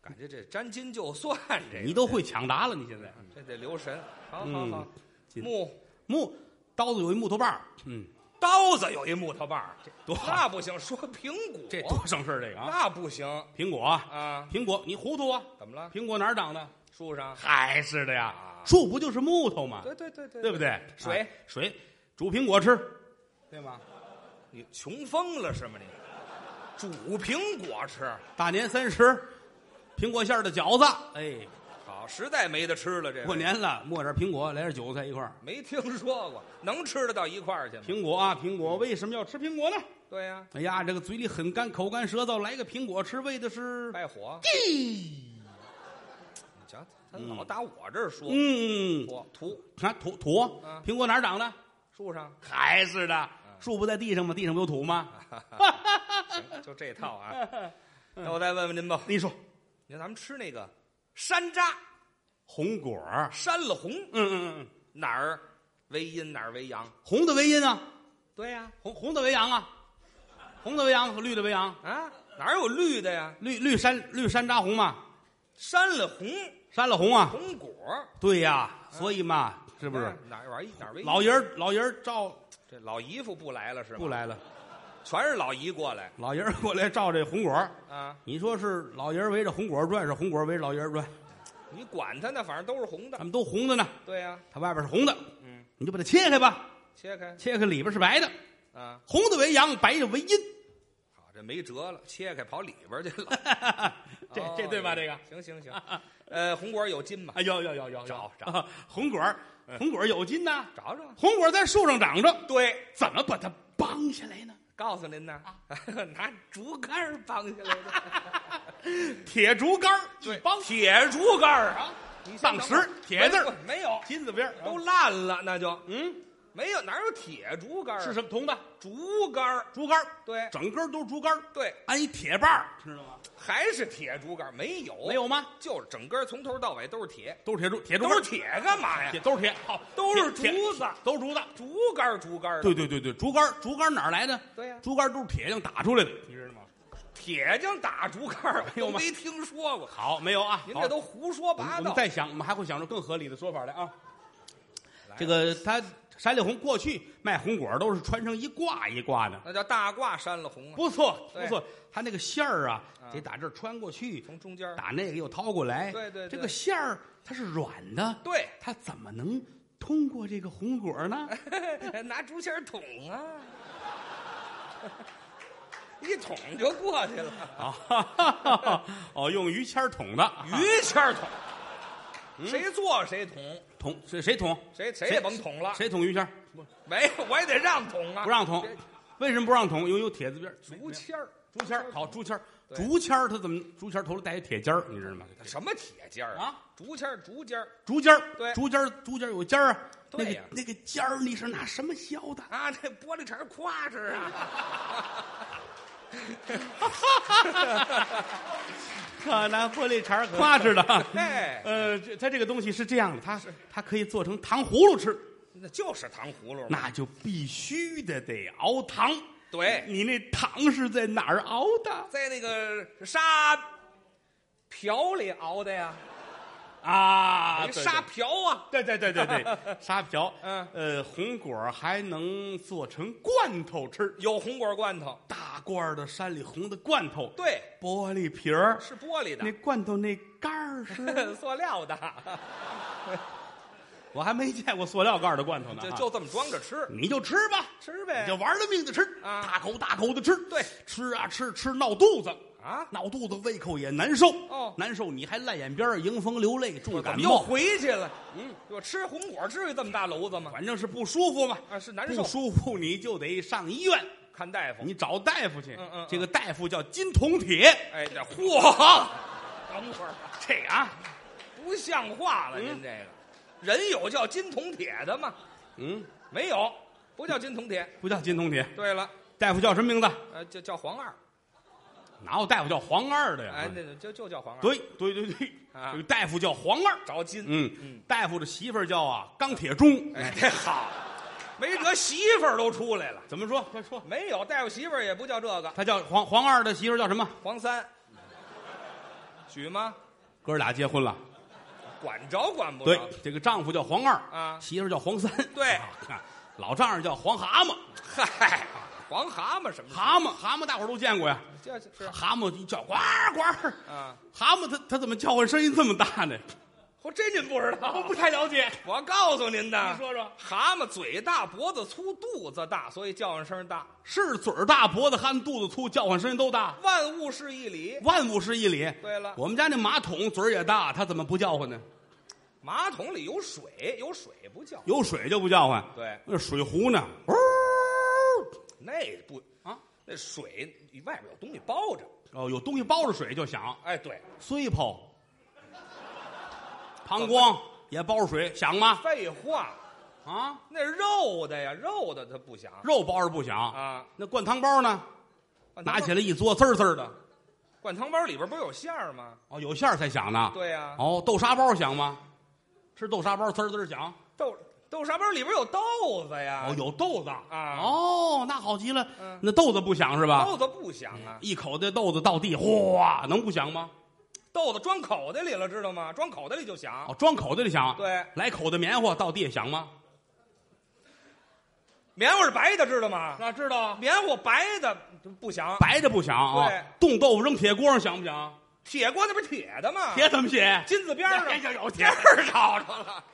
S3: 感觉这沾金就算这
S2: 你
S3: 个，
S2: 都会抢答了，你现在。
S3: 这得留神。好好
S2: 嗯
S3: 好，
S2: 金
S3: 木
S2: 木刀子有一木头把儿，嗯，
S3: 刀子有一木头把儿，这
S2: 多好
S3: 那不行，说苹果
S2: 这多省事儿这个啊。
S3: 那不行
S2: 苹果啊，
S3: 啊，
S2: 苹果，你糊涂啊？
S3: 怎么了？
S2: 苹果哪儿长的？
S3: 树上？
S2: 还是的呀，树不就是木头吗？
S3: 啊对对对对
S2: 对不
S3: 对？
S2: 对？
S3: 水
S2: 啊水煮苹果吃，对吗？
S3: 你穷疯了是吗你？煮苹果吃，
S2: 大年三十，苹果馅儿的饺子，哎，
S3: 好，实在没得吃了。这位
S2: 过年了，磨点苹果，来点韭菜一块儿。
S3: 没听说过，能吃得到一块儿去吗？
S2: 苹果啊，苹果，为什么要吃苹果呢？
S3: 对呀、
S2: 哎呀，这个嘴里很干，口干舌燥，来个苹果吃，为的是，
S3: 败火。你瞧，他老打我这儿说，
S2: 嗯，
S3: 我图
S2: 看土土啊
S3: 嗯，
S2: 苹果哪儿长的？
S3: 树上，
S2: 还是的，啊树不在地上吗？地上不有土吗？
S3: 行，就这 套啊。
S2: 嗯
S3: 那我再问问您吧，
S2: 你说
S3: 你看咱们吃那个山楂，
S2: 红果儿，
S3: 山了红，
S2: 嗯嗯嗯，
S3: 哪儿为阴，哪儿为阳？
S2: 红的为阴啊，
S3: 对呀、
S2: 红红的为阳啊，红的为阳，绿的为阳，
S3: 啊，哪有绿的呀？
S2: 绿绿山绿山楂红嘛，
S3: 山了红
S2: 山了红啊，
S3: 红果，
S2: 对呀，所以嘛，是不是
S3: 啊？哪玩意哪儿为
S2: 老爷儿老爷儿照
S3: 这老姨夫不来了是吗？
S2: 不，来了，
S3: 全是老姨过来
S2: 老爷儿过来照这红果儿，
S3: 啊！
S2: 你说是老爷儿围着红果儿转，是红果儿围着老爷儿转，
S3: 你管他呢，反正都是红
S2: 他
S3: 的。
S2: 们都红的呢，
S3: 对呀、
S2: 它外边是红的，
S3: 嗯，
S2: 你就把它切开吧，
S3: 切开
S2: 切开里边是白的，
S3: 啊，
S2: 红的为阳，白的为阴，
S3: 好，这没辙了，切开跑里边去了。
S2: 这
S3: 哦
S2: 这对吧？这个。
S3: 行行行，呃，红果有金吗？
S2: 啊，有有有有
S3: 找嗯找
S2: 啊红果儿，红果儿有金呐，
S3: 找找。
S2: 红果儿在树上长着，
S3: 对，
S2: 怎么把它绑起来呢？
S3: 告诉您呢， 拿竹竿儿绑起 来的，
S2: 铁竹竿儿一绑，
S3: 铁竹竿儿啊，你先
S2: 当
S3: 等
S2: 时
S3: 会儿
S2: 铁字儿
S3: 没有，
S2: 金字边儿
S3: 都烂了，那就
S2: 嗯，
S3: 没有，哪有铁竹竿儿啊？
S2: 是什么铜的？
S3: 竹竿儿
S2: 竹竿儿，
S3: 对
S2: 整根儿都是竹竿儿，
S3: 对，
S2: 安一铁把儿，知道吗？
S3: 还是铁竹竿儿没有，
S2: 没有吗？
S3: 就是整根儿从头到尾都是铁，
S2: 都是铁竹，铁竹
S3: 哦都
S2: 竿
S3: 是
S2: 儿，
S3: 铁干嘛呀
S2: 铁？都是铁，好，
S3: 哎都是
S2: 铁
S3: 竹，子
S2: 铁都是竹子。
S3: 竹竿儿竹竿儿的，
S2: 对对对对，竹竿儿竹竿儿哪儿来的？
S3: 对呀
S2: 竹竿儿都是铁匠打出来的，你知道吗？
S3: 铁匠打竹竿儿，我
S2: 有
S3: 都
S2: 吗
S3: 没听说过。
S2: 哎好，没有啊，
S3: 您
S2: 好
S3: 这都胡说
S2: 我们
S3: 八
S2: 我们
S3: 道。
S2: 再想，我们还会想出更合理的说法来啊。
S3: 来
S2: 这个他山里红过去卖红果儿都是穿上一挂一挂的，
S3: 那叫大褂扇了红啊，
S2: 不错
S3: 嗯对
S2: 不错。他那个线儿啊
S3: 啊，
S2: 得打这儿穿过去，
S3: 从中间儿
S2: 打那个又掏过来。
S3: 对对对
S2: 这个线儿它是软的，
S3: 对，
S2: 它怎么能通过这个红果儿呢？
S3: 拿竹签儿捅啊，一捅就过去了。
S2: 啊，哈哈哈哈哦， 用于谦儿捅的，
S3: 于谦儿捅，
S2: 嗯
S3: 谁做谁捅，
S2: 捅谁谁捅？
S3: 谁谁也甭捅了。
S2: 谁捅于谦儿？
S3: 没有，我也得让捅啊，
S2: 不让捅
S3: 别。
S2: 为什么不让捅？因为有铁字边儿。
S3: 竹签儿，
S2: 竹签儿好，竹签儿，
S3: 对
S2: 竹签儿，它怎么？竹签儿头里带一铁尖儿，你知道吗？
S3: 什么铁尖儿
S2: 啊？
S3: 竹签儿，竹尖儿
S2: 竹尖儿，
S3: 对
S2: 竹尖儿，竹尖儿有尖儿啊。那
S3: 对
S2: 个
S3: 呀
S2: 那个尖儿，你是拿什么削的？
S3: 啊，这玻璃碴儿夸着 啊，
S2: 可拿玻璃碴夸着的。
S3: 哎
S2: 呃，这它这个东西是这样的，它它可以做成糖葫芦吃，
S3: 那就是糖葫芦嘛。
S2: 那就必须的得熬糖。
S3: 对
S2: 你那糖是在哪儿熬的
S3: 在那个沙瓢里熬的呀，
S2: 啊
S3: 那哎沙瓢啊，
S2: 对对对对对，对沙瓢。
S3: 嗯
S2: 呃，红果儿还能做成罐头吃，
S3: 有红果罐头，
S2: 大罐儿的山里红的罐头。
S3: 对，
S2: 玻璃瓶儿，
S3: 是玻璃
S2: 那
S3: 的，
S2: 罐头那盖儿 是，
S3: 塑 料的，
S2: 我还没见过塑料盖儿的罐头呢
S3: 就
S2: 啊。
S3: 就这么装着吃，
S2: 你就吃吧，
S3: 吃
S2: 你
S3: 呗
S2: 就。玩了命的吃，
S3: 啊
S2: 大口大口的吃，
S3: 对，
S2: 吃啊吃吃闹肚子。
S3: 啊，
S2: 闹肚子，胃口也难受，
S3: 哦
S2: 难受，你还烂眼边儿，迎风流泪，重
S3: 怎
S2: 感
S3: 么又
S2: 冒，
S3: 回去了？嗯，我吃红果至于这么大篓子吗？
S2: 反正是不舒服嘛，
S3: 啊，是难受
S2: 不，舒服你就得上医院，
S3: 看大夫。
S2: 你找大夫去
S3: 嗯嗯嗯，
S2: 这个大夫叫金铜铁，
S3: 哎，这
S2: 嚯，
S3: 等会儿吧，
S2: 这啊，
S3: 不像话了，
S2: 嗯
S3: 您这个人有叫金铜铁的吗？
S2: 嗯，
S3: 没有，不叫金铜铁。
S2: 不叫金铜铁，
S3: 对了，
S2: 大夫叫什么名字？
S3: 呃，就叫黄二，
S2: 哪有大夫叫黄二的呀？
S3: 哎，那就就叫黄
S2: 嗯
S3: 二。
S2: 对对对对，
S3: 啊
S2: 这个大夫叫黄二，
S3: 找金，
S2: 嗯
S3: 嗯，
S2: 大夫的媳妇儿叫啊钢铁钟，
S3: 哎，这好，没辙，媳妇儿都出来了。
S2: 怎么说？快说，
S3: 没有大夫媳妇儿也不叫这个，
S2: 他叫黄黄二的媳妇儿叫什么？
S3: 黄三，许吗？
S2: 哥俩结婚了，
S3: 管着管不
S2: 对
S3: 着？，
S2: 这个丈夫叫黄二
S3: 啊
S2: 媳妇儿叫黄三，
S3: 对
S2: 啊，看老丈人叫黄蛤蟆，
S3: 嗨，黄蛤蟆什么？
S2: 蛤蟆蛤蟆大伙儿都见过呀，
S3: 这是
S2: 蛤蟆一叫呱呱，
S3: 啊，
S2: 蛤蟆它它怎么叫唤声音这么大呢？
S3: 我这您不知
S2: 我
S3: 道，
S2: 不太了解，
S3: 我告诉您的，
S2: 你说说，
S3: 蛤蟆嘴大，脖子粗，肚子大，所以叫唤声大。
S2: 是嘴儿大脖子憨肚子粗，叫唤声音都大，
S3: 万物是一理。
S2: 万物是一理。
S3: 对了，
S2: 我们家那马桶嘴儿也大，它怎么不叫唤呢？
S3: 马桶里有水，有水不叫，
S2: 有水就不叫唤，
S3: 对，
S2: 那水壶呢？
S3: 那不
S2: 啊，
S3: 那水外边有东西包着。
S2: 哦，有东西包着水就响，
S3: 哎，对，
S2: 碎泡、膀胱也包着水，响吗？
S3: 废话，
S2: 啊，
S3: 那肉的呀，肉的它不响
S2: 肉包着不响，
S3: 啊。
S2: 那灌汤包呢？拿起
S3: 来，
S2: 来一嘬，滋儿滋儿的，
S3: 灌汤包里边不是有馅儿吗？
S2: 哦，有馅儿才响呢。
S3: 对呀、
S2: 哦，豆沙包响吗？吃豆沙包滋儿滋儿响，
S3: 豆豆沙包里边有豆子呀，
S2: 哦，有豆子
S3: 啊
S2: 哦，那好极了
S3: 嗯，
S2: 那豆子不响是吧？
S3: 豆子不响啊，
S2: 一口这豆子到地，哗，能不响吗？
S3: 豆子装口袋里了，知道吗？装口袋里就响。
S2: 哦，装口袋里响，
S3: 对，
S2: 来口袋棉花到地下响吗？
S3: 棉花是白的，知道吗？
S2: 那啊知道，
S3: 棉花白的不响，
S2: 白的不响啊
S3: 对。
S2: 冻豆腐扔铁锅上响不响？
S3: 铁锅那不是铁的吗？
S2: 铁怎么写？
S3: 金字边儿
S2: 哎
S3: 上
S2: 呀，有地儿找着了。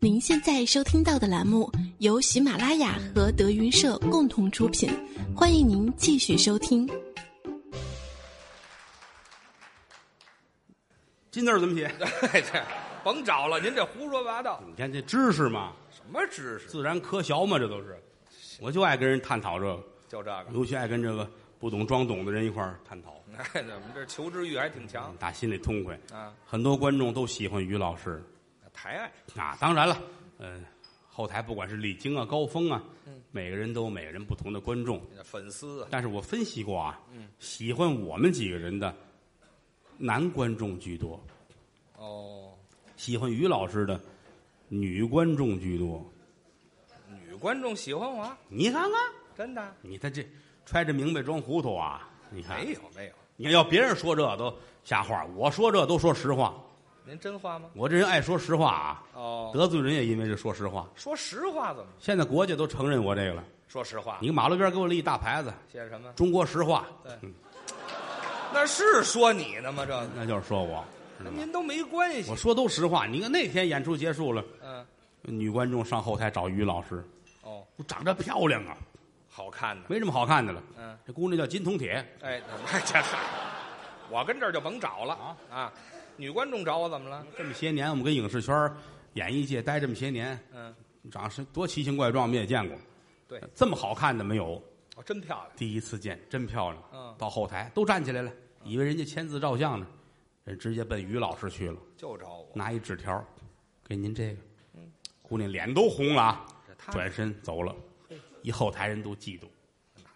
S4: 您现在收听到的栏目由喜马拉雅和德云社共同出品，欢迎您继续收听。
S2: 金字儿怎么写？
S3: 哎，这甭找了，您这胡说八道，
S2: 你看这知识嘛，
S3: 什么知识？啊
S2: 自然科学嘛，这都是。我就爱跟人探讨这个，
S3: 就这个，
S2: 尤其爱跟这个不懂装懂的人一块儿探讨，
S3: 哎，咱们这求知欲还挺强
S2: 打心里痛快。
S3: 啊，
S2: 很多观众都喜欢于老师
S3: 抬爱
S2: 啊，当然了，呃，后台不管是李菁啊、高峰啊，每个人都有每个人不同的观众，
S3: 粉丝啊，
S2: 但是我分析过啊，喜欢我们几个人的男观众居多，
S3: 哦，
S2: 喜欢于老师的女观众居多。
S3: 女观众喜欢我，
S2: 你看看，
S3: 真的
S2: 你看这揣着明白装糊涂啊！你看
S3: 没，有没有，
S2: 你看要别人说这都瞎话，我说这都说实话。
S3: 您真话吗？
S2: 我这人爱说实话啊，
S3: 哦，
S2: 得罪人也因为这说实话。
S3: 说实话怎么？
S2: 现在国家都承认我这个了，
S3: 说实话，
S2: 啊你马路边给我立一大牌子
S3: 写什
S2: “
S3: 么？
S2: 中国实话
S3: 对”，
S2: 嗯，
S3: 那是说你呢吗？这个
S2: 那就是说我，
S3: 跟您都没关系
S2: 我。说都实话。你看那天演出结束了，
S3: 嗯，
S2: 女观众上后台找于老师，
S3: 哦，
S2: 长得漂亮啊，
S3: 好看呢。
S2: 没什么好看的了。
S3: 嗯，
S2: 这姑娘叫金铜铁，
S3: 哎，那 这嗨，我跟这儿就甭找了
S2: 啊
S3: 啊！女观众找我怎么了？
S2: 这么些年我们跟影视圈儿、演艺界待这么些年，
S3: 嗯，
S2: 长是多奇形怪状，我们也见过。
S3: 对，
S2: 这么好看的没有，
S3: 哦，真漂亮。
S2: 第一次见，真漂亮。
S3: 嗯
S2: 到后台都站起来了，以为人家签字照相呢，人直接奔于老师去了，
S3: 就找我，
S2: 拿一纸条，给您这个。姑娘脸都红了啊，
S3: 这他
S2: 转身走了，一后台人都嫉妒。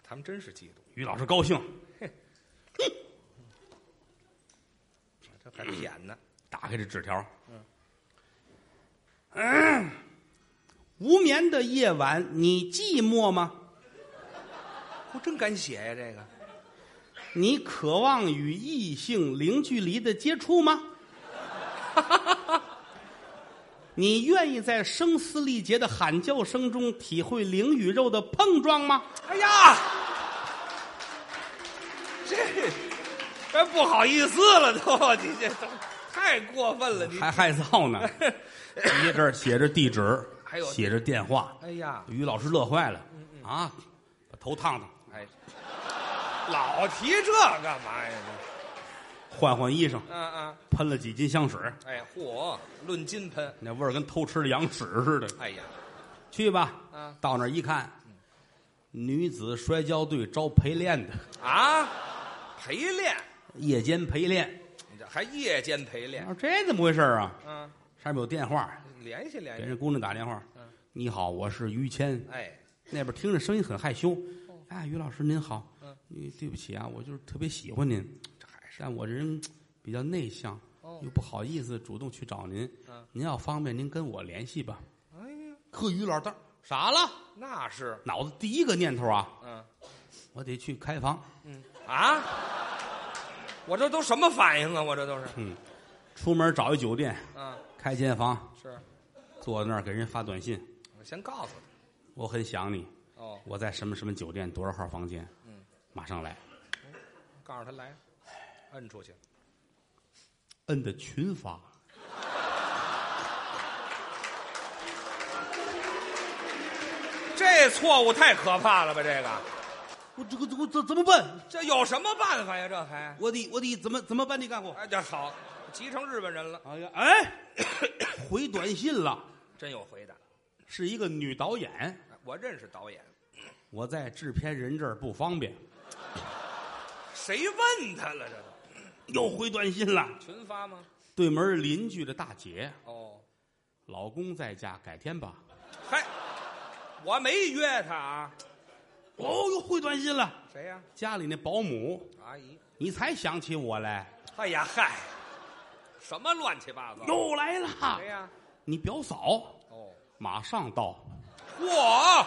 S3: 他们真是嫉妒，
S2: 于老师高兴，
S3: 这还舔呢。
S2: 打开这纸条，嗯，无眠的夜晚，你寂寞吗？
S3: 我真敢写呀，这个
S2: 你渴望与异性零距离的接触吗？ 你愿意在声嘶力竭的喊叫声中体会灵与肉的碰撞吗？
S3: 哎呀，这这不好意思了都，你这都太过分了，你
S2: 还害臊呢！ 一这儿写着地 址，
S3: 还有
S2: 写着电话。
S3: 哎呀，
S2: 于老师乐坏了啊！把头烫烫，
S3: 哎，老提这干嘛呀？你
S2: 换换衣裳，
S3: 嗯嗯，
S2: 喷了几斤香水，
S3: 哎，嚯，论斤喷，
S2: 那味儿跟偷吃的羊屎似的。
S3: 哎呀，
S2: 去吧
S3: 啊，
S2: 到那儿一看，女子摔跤队招陪练的。
S3: 啊，陪练，
S2: 夜间陪练。
S3: 你这还夜间陪练，
S2: 啊，这怎么回事儿啊？
S3: 嗯，
S2: 上面有电话，
S3: 联系联
S2: 给
S3: 系，
S2: 人姑娘打电话。你好，我是于谦。
S3: 哎，
S2: 那边听着声音很害羞。哎，于老师您好
S3: 嗯。
S2: 你对不起啊，我就是特别喜欢您，
S3: 这还是
S2: 但我这人比较内向，
S3: 哦
S2: 又不好意思主动去找您
S3: 嗯。
S2: 您要方便，您跟我联系吧。
S3: 哎呀，
S2: 呵，于老大傻了，
S3: 那是，
S2: 脑子第一个念头啊，
S3: 嗯
S2: 我得去开房。
S3: 嗯啊，我这都什么反应啊？我这都是，
S2: 出门找一酒店，
S3: 嗯，
S2: 开间房，
S3: 是，
S2: 坐在那儿给人发短信。
S3: 我先告诉他，
S2: 我很想你，
S3: 哦，
S2: 我在什么什么酒店多少号房间，
S3: 嗯，
S2: 马上来。
S3: 告诉他来，摁出去，
S2: 摁的群发，
S3: 这错误太可怕了吧？这个，
S2: 我这个我怎怎么办？
S3: 这有什么办法呀？这还，
S2: 我得我得怎么怎么办？你干我？
S3: 哎，这好，急成日本人了，
S2: 哎呀哎， 回短信了，
S3: 真有回答。
S2: 是一个女导演，
S3: 哎我认识导演，
S2: 我在制片人这儿不方便，
S3: 谁问他了？这都
S2: 又回短信了。
S3: 群发吗？
S2: 对门邻居的大姐，
S3: 哦，
S2: 老公在家，改天吧。
S3: 嗨，我没约他啊，
S2: 哦，又回短信了。
S3: 谁呀、
S2: 家里那保姆，
S3: 阿姨。
S2: 你才想起我来？
S3: 哎呀，嗨，什么乱七八糟？
S2: 又来
S3: 谁
S2: 了，
S3: 呀？
S2: 你表嫂
S3: 哦，
S2: 马上到，
S3: 嚯，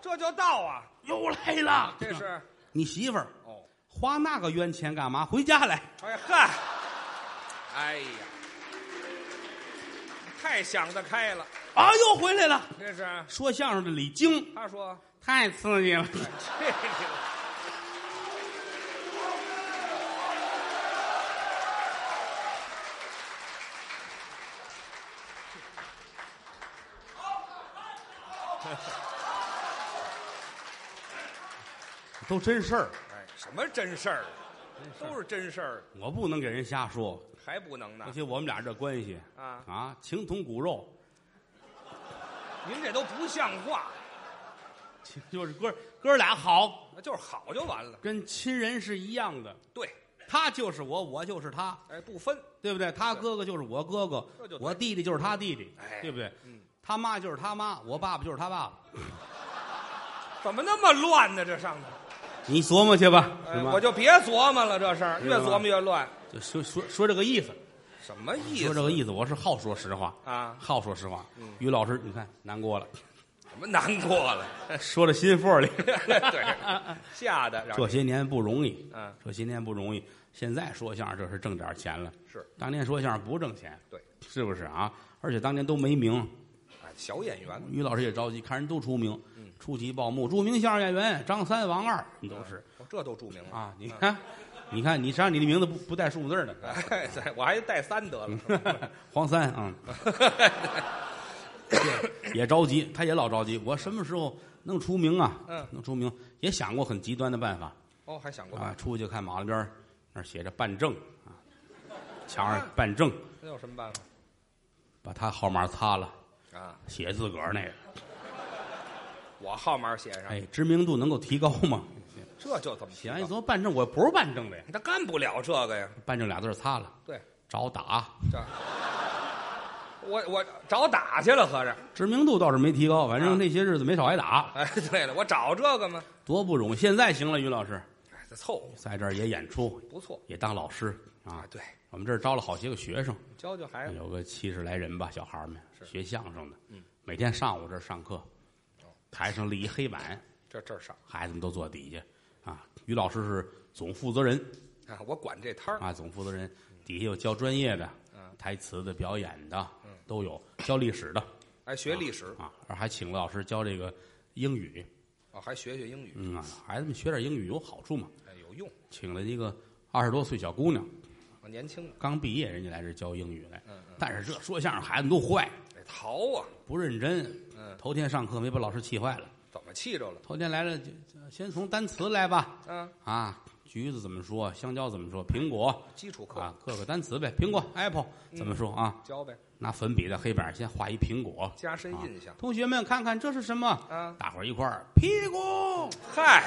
S3: 这就到啊！
S2: 又来了，
S3: 这是
S2: 你媳妇儿
S3: 哦，
S2: 花那个冤钱干嘛？回家来，
S3: 哎嗨，哎呀，太想得开了，
S2: 啊，又回来了。
S3: 这是啊
S2: 说相声的李菁
S3: 他说
S2: 太刺激了，
S3: 这个
S2: 都真事儿，
S3: 哎什么真事儿，啊都是真事儿，
S2: 我不能给人瞎说。
S3: 还不能呢
S2: 而？且我们俩这关系
S3: 啊
S2: 啊，情同骨肉，
S3: 您这都不像话，
S2: 情就是哥哥俩好，
S3: 那就是好就完了。
S2: 跟亲人是一样的。
S3: 对，
S2: 他就是我，我就是他，
S3: 哎，不分，
S2: 对不对？他哥哥就是我哥哥
S3: 这就，对
S2: 我弟弟就是他弟弟，
S3: 哎
S2: 对不对？
S3: 嗯
S2: 他妈就是他妈，我爸爸就是他爸爸。
S3: 怎么那么乱呢？这上头，
S2: 你琢磨去吧，
S3: 哎
S2: 是吗
S3: 我就别琢磨了，这事儿越琢磨越乱。
S2: 就说说说这个意思，
S3: 什么意
S2: 说这
S3: 思
S2: 个意思，我是好说实话，
S3: 啊？
S2: 好说实话。于老师，你看难 过了，
S3: 什么难过了？
S2: 说到心缝里。
S3: 对，吓得让
S2: 这
S3: 人
S2: 些年不容易，
S3: 嗯，
S2: 这些年不容易。现在说相声这是挣点钱了，
S3: 是
S2: 当年说相声不挣钱，
S3: 对，
S2: 是不是啊？而且当年都没名，
S3: 哎小演员
S2: 于老师也着急，看人都出名，
S3: 嗯
S2: 出其报幕，著名相声演员张三、王二，你都是
S3: 哦这都注明了
S2: 啊？你看，你看，你上你的名字不不带数字呢，
S3: 哎，对我还带三得了，
S2: 黄三啊， 嗯也着急，他也老着急，我什么时候能出名啊？
S3: 嗯
S2: 能出名，也想过很极端的办法，
S3: 哦，还想过
S2: 啊，出去看马路边儿那儿写着办证啊，墙上办证，
S3: 那有什么办法
S2: 把他号码擦了，
S3: 啊？
S2: 写自个儿那个。
S3: 我号码写上，
S2: 哎，知名度能够提高吗？
S3: 这就怎么
S2: 写完一
S3: 提高
S2: 琢磨办证，我不是办证的呀，
S3: 他干不了这个呀。
S2: 办证俩字儿擦了，
S3: 对，
S2: 找打。
S3: 这我我找打去了，合着。
S2: 知名度倒是没提高，反
S3: 啊
S2: 正那些日子没少挨打，
S3: 哎，对了，我找这个嘛，
S2: 多不容易。现在行了，于老师
S3: 哎，这凑合
S2: 在这儿也演出，
S3: 不错
S2: 也当老师啊
S3: 啊。。对，哎
S2: 我们这儿招了好些个学生，
S3: 教教孩子
S2: 有个七十来人吧，小孩儿们学相声的，
S3: 嗯
S2: 每天上午这儿上课，台上立一黑板，
S3: 这这儿上
S2: 孩子们都坐底下啊。于老师是总负责人
S3: 啊，我管这摊儿
S2: 啊，总负责人底下有教专业的，
S3: 嗯
S2: 台词的、表演的都有，教历史的
S3: 哎，学历史
S2: 啊，而还请了老师教这个英语，
S3: 啊，还学学英语，
S2: 嗯啊，孩子们学点英语有好处嘛。
S3: 哎，有用，
S2: 请了一个二十多岁小姑娘，
S3: 啊年轻的，
S2: 刚毕业，人家来这儿教英语来
S3: 嗯嗯，
S2: 但是这说相声孩子们都坏，
S3: 哎，淘啊，
S2: 不认真。
S3: 嗯，
S2: 头天上课没把老师气坏了，
S3: 怎么气着了？
S2: 头天来了就就先从单词来吧，
S3: 嗯，
S2: 啊，橘子怎么说？香蕉怎么说？苹果。
S3: 基础课
S2: 啊，各个单词呗，苹果 apple
S3: 嗯
S2: 怎么说啊？
S3: 教呗，
S2: 拿粉笔在黑板上先画一苹果，
S3: 加深
S2: 啊
S3: 印象
S2: 同学们看看这是什么？
S3: 啊。
S2: 大伙儿一块儿屁股，
S3: 嗨，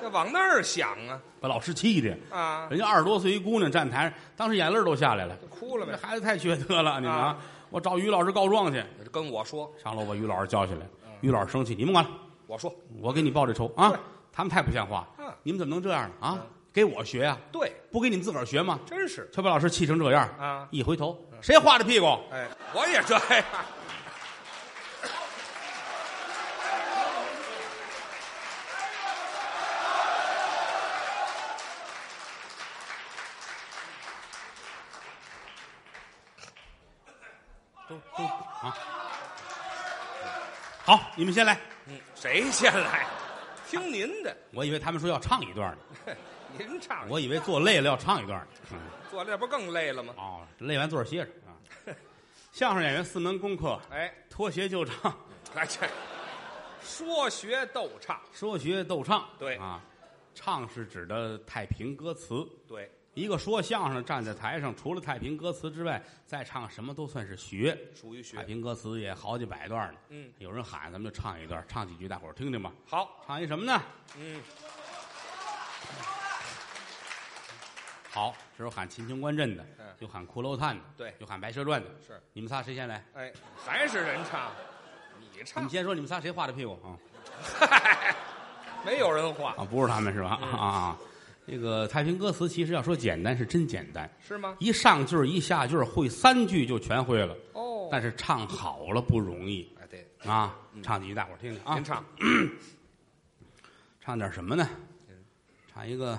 S3: 这往那儿想啊
S2: 把老师气的，
S3: 啊，
S2: 人家二十多岁一姑娘站台上，当时眼泪儿都下来了。
S3: 哭了
S2: 这
S3: 呗。
S2: 孩子太缺德了，你们啊！我找于老师告状去，
S3: 跟我说，
S2: 上楼把于老师叫起来。
S3: 嗯
S2: 于老师生气，你们管了，
S3: 我说
S2: 我给你报这仇啊
S3: 对！
S2: 他们太不像话
S3: 嗯，
S2: 你们怎么能这样呢？啊，给我学呀、
S3: 对，
S2: 不给你们自个儿学吗？
S3: 真是，
S2: 就把老师气成这样
S3: 啊
S2: 一回头，谁画的屁股？
S3: 哎，我也这样。
S2: 都都啊！好，你们先来。
S3: 嗯，谁先来？听您的，
S2: 我以为他们说要唱一段呢，
S3: 您唱。
S2: 我以为坐累了要唱一段呢。嗯
S3: 坐这不更累了吗？
S2: 哦，累完坐着歇着啊。相声演员四门功课：
S3: 哎，
S2: 脱鞋就唱，
S3: 哎这说学逗唱，
S2: 说学逗唱。
S3: 对
S2: 啊，唱是指的太平歌词。
S3: 对，
S2: 一个说相声站在台上，除了太平歌词之外，再唱什么都算是学。
S3: 属于学
S2: 太。平歌词也好几百段呢。
S3: 嗯，
S2: 有人喊，咱们就唱一段，唱几句，大伙儿听听吧。
S3: 好，
S2: 唱一什么呢？
S3: 嗯，
S2: 好，这有喊秦琼观阵的
S3: 嗯，
S2: 有喊骷髅叹的，
S3: 对
S2: 有喊白蛇传的。
S3: 是，
S2: 你们仨谁先来？
S3: 哎，还是人唱，你
S2: 你
S3: 唱
S2: 们，先说，你们仨谁画的屁股啊？
S3: 没有人画嗯
S2: 啊，不是他们是吧？啊啊！这个太平歌词其实要说简单是真简单，
S3: 是吗？
S2: 一上句儿一下句儿会三句就全会了，
S3: 哦，
S2: 但是唱好了不容易
S3: 哎对，
S2: 啊！唱几句大伙儿听听啊！
S3: 您唱，
S2: 唱点什么呢？唱一个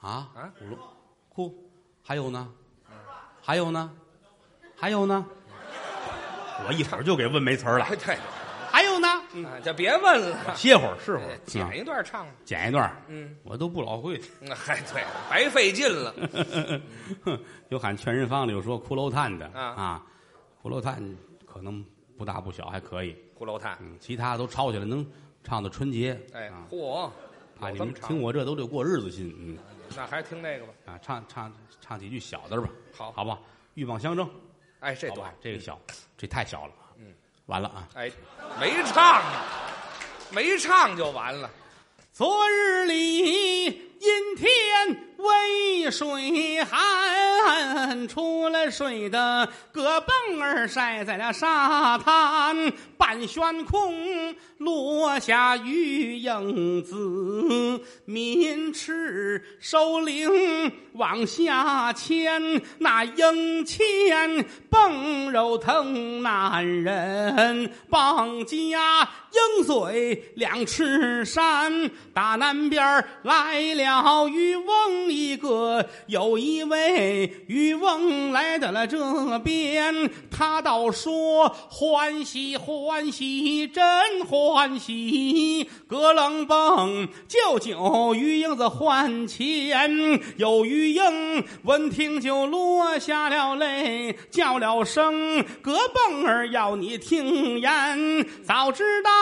S2: 啊
S3: 嗯啊嗯
S2: 五龙哭，还有呢，还有呢，还有呢。我一会儿就给问没词儿了
S3: 哎，对，
S2: 还有呢，
S3: 啊就别问了，
S2: 歇会儿是会
S3: 哎
S2: 儿，
S3: 剪
S2: 啊
S3: 一段唱吧。
S2: 剪一段儿，
S3: 嗯，
S2: 我都不老会。
S3: 嗯哎对，白费劲了。
S2: 哼有喊劝人方的，有说骷髅炭的
S3: 嗯啊
S2: 啊，骷髅炭可能不大不小，还可以。
S3: 骷髅炭，
S2: 嗯，其他都抄起来能唱到春节，
S3: 哎
S2: 啊，
S3: 嚯，
S2: 怕你
S3: 有这
S2: 们
S3: 么长
S2: 听我这都得过日子心，嗯
S3: 那还是听那个吧。
S2: 啊，唱唱唱几句小的吧，
S3: 好
S2: 好吧，鹬蚌相争，
S3: 哎，这
S2: 好
S3: 段
S2: 吧，这个小，这太小了，嗯，完了啊。
S3: 哎，没唱，啊没唱就完了。
S2: 昨日里，阴天微水寒，出了水的胳膊儿晒在了沙滩，半悬空落下鱼影子，民翅收领往下牵，那鹰牵蹦肉疼男人，棒家鹰嘴两翅扇，打南边儿来了渔翁一个，有一位渔翁来到了这边，他倒说欢喜欢喜真欢喜，咯楞蹦就酒鱼鹰子换钱，有鱼鹰闻听就落下了泪，叫了声咯蹦儿要你听言，早知道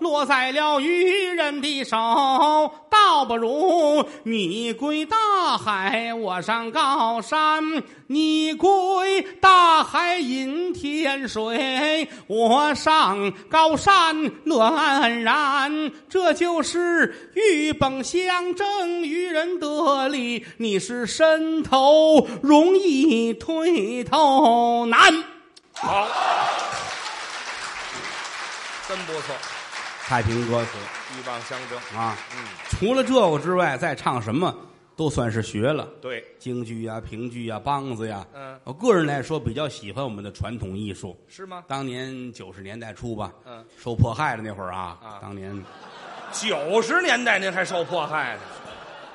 S2: 落在了渔人的手，倒不如你归大海，我上高山；你归大海饮天水，我上高山乐安然。这就是鹬蚌相争，渔人得利。你是伸头容易，退头难。
S3: 好，真不错，
S2: 太平歌词
S3: 鹬蚌相争。
S2: 啊，
S3: 嗯，
S2: 除了这个之外，再唱什么都算是学了。
S3: 对，
S2: 京剧呀、评剧呀、梆子呀。
S3: 嗯
S2: 我个人来说比较喜欢我们的传统艺术。
S3: 是吗？
S2: 当年九十年代初吧，
S3: 嗯，
S2: 受迫害的那会儿啊，
S3: 啊
S2: 当年
S3: 九十年代您还受迫害呢？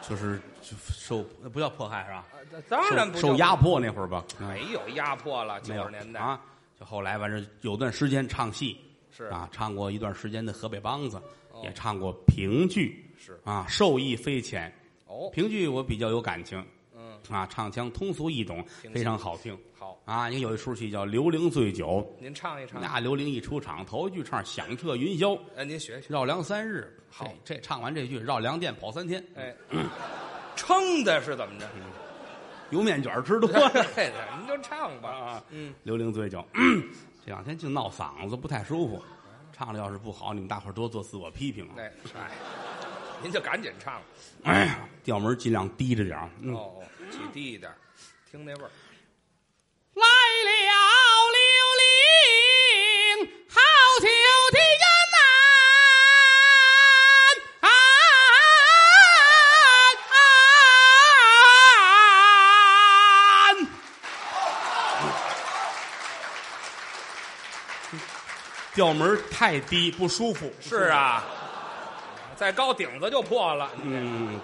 S2: 就是就受呃不叫迫害是吧？
S3: 啊当然不
S2: 受受压迫那会儿吧，嗯
S3: 没有压迫了。哎九
S2: 没有
S3: 十年代
S2: 啊，就后来完事有段时间唱戏
S3: 是
S2: 啊，唱过一段时间的河北梆子，
S3: 哦
S2: 也唱过评剧
S3: 是
S2: 啊，受益匪浅。
S3: 哦，
S2: 评剧我比较有感情
S3: 嗯，
S2: 啊，唱腔通俗易懂
S3: 评，剧
S2: 非常好听
S3: 好，
S2: 啊。你有一出戏叫《刘伶醉酒》，
S3: 您唱一唱。
S2: 那刘伶一出场，头一句唱“响彻云霄，
S3: 哎，您学学。
S2: 绕梁三日”。
S3: 好
S2: 这，这唱完这句，绕梁店跑三天，
S3: 哎，撑的是怎么着？
S2: 油面卷儿吃多 了。
S3: 对的，您就唱吧。
S2: 啊
S3: 嗯，
S2: 刘伶醉酒，嗯这两天净闹嗓子，不太舒服。唱的要是不好，你们大伙儿多做自我批评啊。
S3: 嗯哎，哎，您就赶紧唱。
S2: 哎呀，调门儿尽量低着点儿。嗯
S3: 哦，起低一点，听那味儿。
S2: 来了刘伶，好酒的人呐、啊！调门儿太低，不舒服。
S3: 是啊，嗯再高顶子就破了。
S2: 嗯，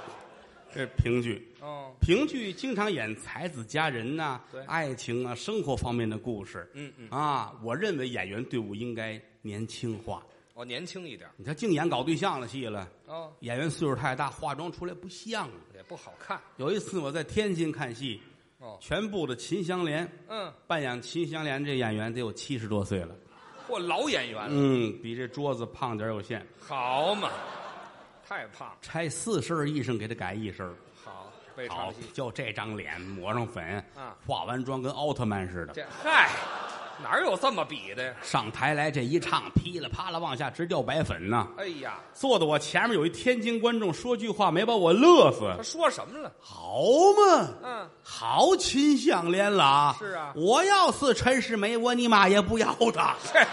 S2: 这评剧，
S3: 嗯
S2: 评剧经常演才子佳人呐、
S3: 对
S2: 爱情啊、生活方面的故事。
S3: 嗯嗯，
S2: 啊，我认为演员队伍应该年轻化。
S3: 我哦年轻一点
S2: 你看，净演搞对象的戏了，
S3: 哦，
S2: 演员岁数太大，化妆出来不像了。
S3: 也不好看
S2: 有一次我在天津看戏，
S3: 哦。
S2: 全部的秦香莲
S3: 嗯，
S2: 扮演秦香莲这演员得有七十多岁了，
S3: 嚯，老演员了，
S2: 嗯，比这桌子胖点儿有限，
S3: 好嘛，太胖，
S2: 拆四身衣裳给他改一身儿，
S3: 好被唱
S2: 好
S3: 戏，
S2: 就这张脸抹上粉，
S3: 啊
S2: 化完妆跟奥特曼似的，
S3: 这嗨，哪有这么比的呀？
S2: 上台来这一唱，噼里啪啦往下直掉白粉呐。
S3: 哎呀，
S2: 坐的我前面有一天津观众，说句话没把我乐死
S3: 他。说什么了？
S2: 好嘛，
S3: 嗯，
S2: 好秦香莲了啊！
S3: 是啊
S2: 我要是陈世美，我尼玛也不要他。
S3: 这